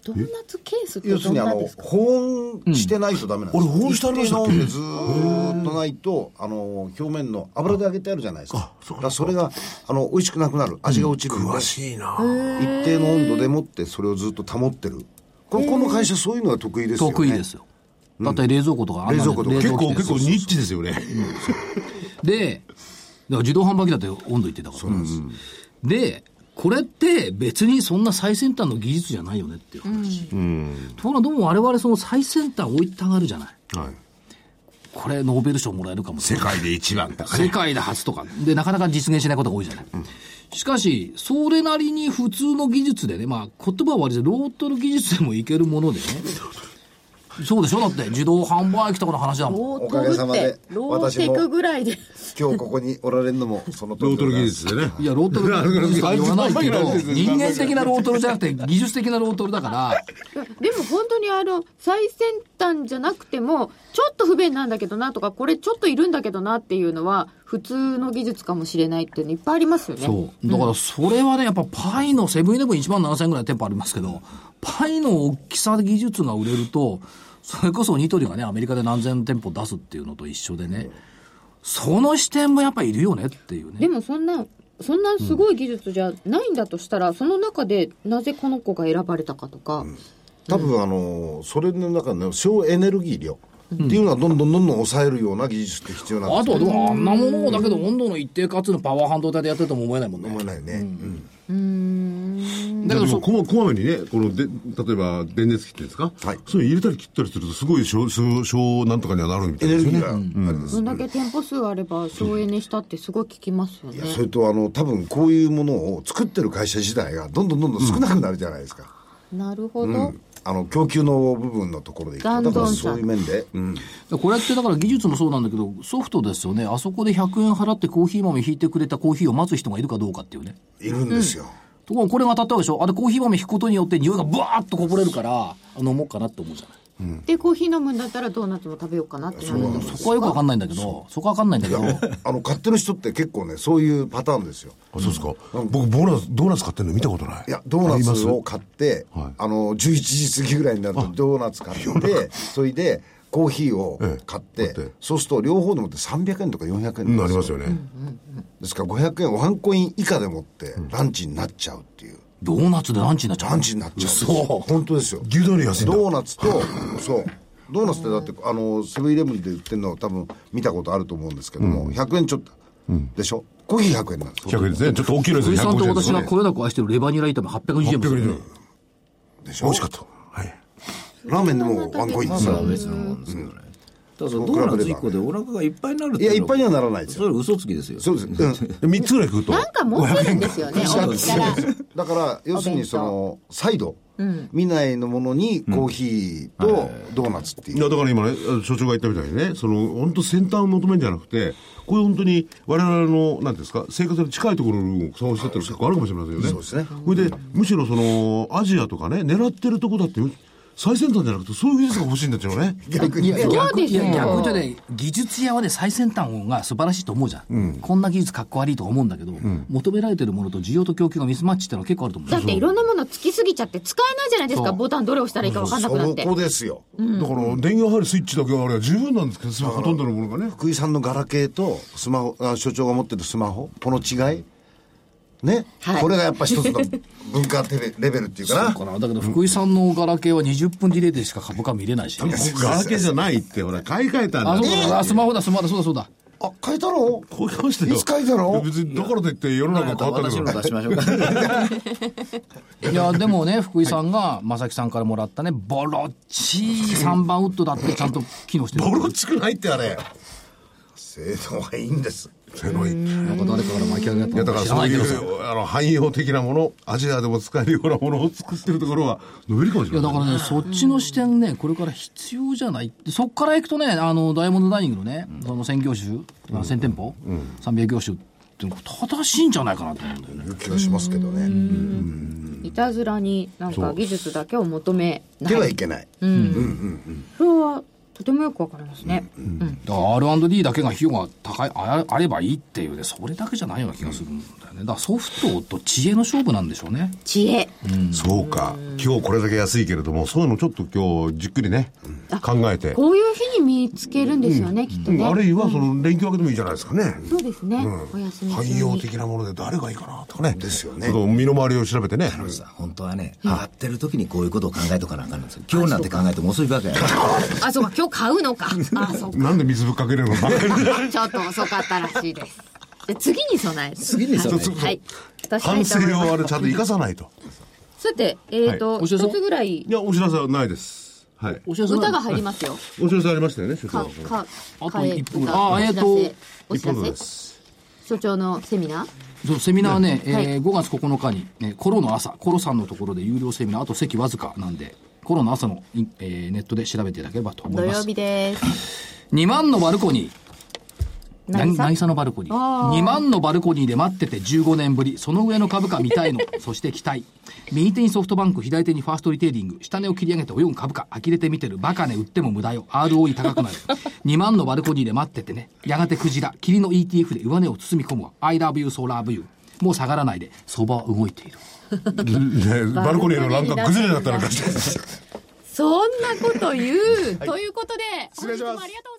Speaker 9: ドーナツケースって
Speaker 6: 要す
Speaker 9: ど
Speaker 6: る
Speaker 9: ん
Speaker 6: にあ
Speaker 9: な
Speaker 6: の
Speaker 9: ですか
Speaker 6: 保温してないとダメなんです、
Speaker 7: うん俺保温してありましたっけ
Speaker 6: 一定の温度でずーっとないとあの表面の油で揚げてあるじゃないですかだからそれがあの美味しくなくなる味が落ちるんで、
Speaker 12: 詳
Speaker 6: 一
Speaker 12: しいな。
Speaker 6: 定の温度でもってそれをずっと保ってるここの会社そういうのは得意ですよね
Speaker 5: 得意ですよ。だって冷蔵庫とかあんな
Speaker 6: 冷蔵庫とか
Speaker 5: 冷
Speaker 7: 結
Speaker 5: 蔵
Speaker 7: 構
Speaker 5: 庫
Speaker 7: 結構ニッチですよね
Speaker 5: で、だから自動販売機だって温度いってたから。うんで、これって別にそんな最先端の技術じゃないよねっていう話。ところがどうも我々その最先端を置いたがるじゃない。
Speaker 12: はい
Speaker 5: これノーベル賞もらえるかも
Speaker 12: 世界で一番だから
Speaker 5: 世界で初とか。で、なかなか実現しないことが多いじゃない。しかし、それなりに普通の技術でね、まあ言葉は悪いですけどロートル技術でもいけるもので ね。そうでしょだって自動販売機とかの話だもん。
Speaker 9: ロー
Speaker 6: お
Speaker 9: ト
Speaker 6: かげ
Speaker 9: ル
Speaker 6: さま
Speaker 9: っ
Speaker 6: で
Speaker 9: てローテクぐらいで
Speaker 6: 今日ここにおられるのもその通
Speaker 7: ロ
Speaker 6: り
Speaker 7: ー
Speaker 6: で
Speaker 7: ト
Speaker 6: ご
Speaker 7: ル
Speaker 6: ざい
Speaker 7: 技術で
Speaker 6: ます
Speaker 7: ね
Speaker 5: いや、ロートル技術とは言わないけど、人間的なロートルじゃなくて、技術的なロートルだから、
Speaker 4: でも本当にあの、最先端じゃなくても、ちょっと不便なんだけどなとか、これちょっといるんだけどなっていうのは、普通の技術かもしれないっていうのいっぱいありますよね。
Speaker 5: そう。だから、それはね、やっぱパイのセブンイレブン1万7000円ぐらい店舗ありますけど、パイの大きさ技術が売れると、それこそニトリがね、アメリカで何千店舗出すっていうのと一緒でね、その視点もやっぱいるよねっていう
Speaker 4: で
Speaker 5: ね。
Speaker 4: もそんな、そんなすごい技術じゃないんだとしたら、その中でなぜこの子が選ばれたかとか、
Speaker 6: 多分あのそれの中の省エネルギー量っていうのはどんどんどんどん抑えるような技術って必要なんです
Speaker 5: あとはでもあんなものだけど温度の一定かつのパワー半導体でやってるとも思えないもん
Speaker 6: 思
Speaker 5: ね
Speaker 6: わ。ないね、うん
Speaker 7: だけどこま、こまめにね、こので、例えば、電熱器っていうんですか、
Speaker 6: はい
Speaker 7: そういう入れたり切ったりすると、すごい小、小、小なんとかにはなるみた
Speaker 6: エ
Speaker 7: い
Speaker 6: ネ
Speaker 7: です
Speaker 6: ルギ
Speaker 7: よ
Speaker 6: ー
Speaker 7: ね。
Speaker 6: があれです、
Speaker 4: そんだけ店舗数あれば省エネしたってすごい聞きますよ
Speaker 6: い
Speaker 4: ね
Speaker 6: やそれとあの多分こういうものを作ってる会社自体がどんどんどんどん少なくなるじゃないですか、
Speaker 4: なるほど、
Speaker 6: あの供給の部分のところでいくと
Speaker 4: だんどん
Speaker 6: だからそういう面で、うん、
Speaker 5: これってだから技術もそうなんだけど、ソフトですよね。あそこで100円払ってコーヒー豆引いてくれたコーヒーを待つ人がいるかどうかっていうね。
Speaker 6: いるんですよ、
Speaker 5: ところがこれが当たったわけでしょあれコーヒー豆引くことによって匂いがブワーッとこぼれるから、飲もうかなって思うじゃない。
Speaker 4: でコーヒー飲むんだったらドーナツも食べようかなってなる
Speaker 5: そこはよくわかんないんだけど、そこはわかんないんだ けど、
Speaker 6: あの買ってる人って結構ねそういうパターンですよ
Speaker 12: あそうですか。僕、ボーナス、ドーナツ買ってるの見たことない。
Speaker 6: いやドーナツを
Speaker 12: あ
Speaker 6: 買ってあ,、
Speaker 12: はい
Speaker 6: の11時過ぎぐらいになるとドーナツ買ってそれでコーヒーを
Speaker 12: ええ
Speaker 6: 買って、
Speaker 12: 買って
Speaker 6: そうすると両方でもって300円とか400
Speaker 12: ります
Speaker 6: 円
Speaker 12: うん
Speaker 6: な
Speaker 12: あ
Speaker 6: ん
Speaker 12: り
Speaker 6: です
Speaker 12: ま
Speaker 6: よ
Speaker 12: すよね。
Speaker 6: ですから500円ワンコイン以下でもってランチになっちゃうっていう、
Speaker 5: ドーナツでランチになっちゃう。
Speaker 6: ランチになっちゃう
Speaker 5: 嘘
Speaker 6: 本当ですよ
Speaker 12: 牛丼より安いんだ。
Speaker 6: ドーナツとそうドーナツってだってあのセブンイレブンで売ってるのを多分見たことあると思うんですけども、100円ちょっと、でしょコーヒー100円なんですよ
Speaker 7: 100円ですね。ちょっと大きいのです
Speaker 5: 鈴
Speaker 7: ね。
Speaker 5: 井さんと
Speaker 7: 150円です
Speaker 5: 私
Speaker 7: ね
Speaker 5: がこよなく愛してるレバニラ炒め820円ですよね。
Speaker 6: でしょ
Speaker 12: 美味しかった。はい。
Speaker 6: ラーメンでもワンコインです
Speaker 8: それ
Speaker 6: よ
Speaker 8: は別のもんですからね。ただそのドーナツ1個でお腹がいっぱいになるって
Speaker 6: いやいっぱいには
Speaker 8: る
Speaker 6: ならないです
Speaker 8: そ
Speaker 6: よ
Speaker 8: れ嘘つきですよ。
Speaker 6: そうです、うん
Speaker 12: 3つぐらい食うと。
Speaker 4: なんか持ってるんですよね
Speaker 6: そう
Speaker 4: お
Speaker 6: です
Speaker 4: 家から
Speaker 6: だから要するにその再度見ないのものにコーヒーとドーナツってい、
Speaker 7: いうやだから今ね、あ所長が言ったみたいにね、その本当、先端を求めるんじゃなくて、これ本当に我々の、なんていうんですか、生活に近いところを探してってる結構あるかもしれませんよね。
Speaker 6: そうですね
Speaker 7: それで、むしろその、アジアとかね、狙ってるとこだって、最先端じゃなくて、そういう技術が欲しいんだっていうのね。
Speaker 6: 逆にね
Speaker 5: 逆いや逆に言うとね、技術屋はね、最先端が素晴らしいと思うじゃん。こんな技術かっこ悪いと思うんだけど、求められてるものと需要と供給がミスマッチってのは結構あると思う。
Speaker 4: だっていろんなものつきすぎちゃって使えないじゃないですかボタンどれ押したらいいか分かんな
Speaker 6: そ
Speaker 4: くなって
Speaker 6: こですよ
Speaker 7: だから、電源入るスイッチだけはあれは十分なんですけど、スマホほとんどのものがね。
Speaker 6: 福井さんのガラケーとスマホあ所長が持ってるスマホこの違いね、
Speaker 4: はい
Speaker 6: これがやっぱ一つの文化レベレベルっていうかな
Speaker 5: そうかなだけど、福井さんのガラケーは20分ディレイでしか株価見れないし。あ、そう
Speaker 7: ガラケーじゃないって、ほら、買い替えたんだ
Speaker 5: かそうか、あスマホだ、スマホだ、そうだ、そうだ。
Speaker 6: あ変えたの
Speaker 7: こういう顔して
Speaker 6: いつ書いたの
Speaker 7: 別に、だからといって世の中変わった
Speaker 8: 私
Speaker 7: んだ
Speaker 8: の
Speaker 7: か
Speaker 8: 出
Speaker 7: ら。
Speaker 8: しましょうか。
Speaker 5: いや、でもね、福井さんが、正木さんからもらったね、ボロッチー3番ウッドだってちゃんと機能してる。
Speaker 12: ボロチくないってあれ。
Speaker 6: 性能がいいんです
Speaker 12: せのい。
Speaker 5: なんか誰かから巻き上げ
Speaker 7: いや
Speaker 5: たのか
Speaker 7: だか
Speaker 5: ら知ら
Speaker 7: そ
Speaker 5: ない
Speaker 7: うい
Speaker 5: けどさ。
Speaker 7: うあの汎用的なものアジアでも使えるようなものを作ってるところは伸びるかもし
Speaker 5: いや
Speaker 7: れ
Speaker 5: だ
Speaker 7: ない
Speaker 5: からね、そっちの視点ね、これから必要じゃない、でそっから行くとね、あのダイヤモンドダイニングのね、その専業種、あの専店舗、300業種っていうのが正しいんじゃないかなと思うんだよね。
Speaker 6: いう気がしますけどね、
Speaker 4: いたずらになんか技術だけを求めな
Speaker 6: ではいいけない、
Speaker 4: それはとてもよくわかりますね、
Speaker 5: だから R&D だけが費用が高いあ、あればいいっていうね、それだけじゃないような気がするんだよね。だからソフトと知恵の勝負なんでしょうね。
Speaker 4: 知恵
Speaker 7: そうか今日これだけ安いけれどもそういうのちょっと今日じっくりね考えて、
Speaker 4: こういう日に見つけるんですよね、きっと
Speaker 7: うん
Speaker 4: ね
Speaker 7: あるいはその連休明けでもいいじゃないですかね、
Speaker 4: そうですね、お休み中
Speaker 7: 汎
Speaker 4: に
Speaker 7: 用的なもので誰がいいかなとかね
Speaker 6: ですよ
Speaker 7: ち
Speaker 6: ね
Speaker 7: ょっと身の回りを調べてね
Speaker 8: 本当はね、上がってる時にこういうことを考えとかなあかんのですよ。今日になって考えても遅いわけや
Speaker 4: あそうか今日買う のかあそうか
Speaker 7: なんで水ぶっかけるの か
Speaker 4: ちょっと遅かったらしいです。で次に備える。
Speaker 8: 次に備える
Speaker 4: はいはい。私
Speaker 7: 反省
Speaker 4: はい
Speaker 7: をあれちゃんと生かさないと
Speaker 4: さて、えっ
Speaker 5: は
Speaker 4: と、
Speaker 5: いお知らせ
Speaker 4: 一つぐらい
Speaker 7: いやお知らせはないですはい
Speaker 5: お知らせ
Speaker 4: 歌が入りますよ。
Speaker 7: お知らせありましたよね所
Speaker 4: か
Speaker 7: 長、
Speaker 4: か、
Speaker 5: あと
Speaker 4: かえ
Speaker 5: 一分
Speaker 4: 歌
Speaker 5: あ
Speaker 4: お
Speaker 5: え
Speaker 4: 知
Speaker 5: ー
Speaker 4: ら
Speaker 5: と
Speaker 4: せ、お知
Speaker 7: 一
Speaker 4: ら
Speaker 7: 方で
Speaker 4: せ。
Speaker 7: す
Speaker 4: 所長のセミナー
Speaker 5: そうセミナーね、えー
Speaker 4: はい
Speaker 5: 5月9日に、ね、コロの朝、コロさんのところで有料セミナー、あと席わずかなんで、コロの朝のイン、えーネットで調べていただければと思
Speaker 4: 土
Speaker 5: いま
Speaker 4: 曜
Speaker 5: す
Speaker 4: 日。です。
Speaker 5: 2万のバルコニー。な
Speaker 4: 渚
Speaker 5: 渚のバルコニー
Speaker 4: あー
Speaker 5: 2万のバルコニーで待ってて15年ぶりその上の株価見 たいのそして期待右手にソフトバンク左手にファーストリテイリング下値を切り上げて泳ぐ株価呆れて見てるバカね売っても無駄よ ROE 高 くなる2万のバルコニーで待っててねやがてクジラ霧の ETF で上値を包み込むわ I love you, so love you もう下がらないで相場は動いている
Speaker 7: ねバルコニーの欄が崩れになったらかして
Speaker 4: そんなこと言う。ということで、
Speaker 6: 失
Speaker 4: 本日もありがとうご
Speaker 6: 礼します
Speaker 4: ざいました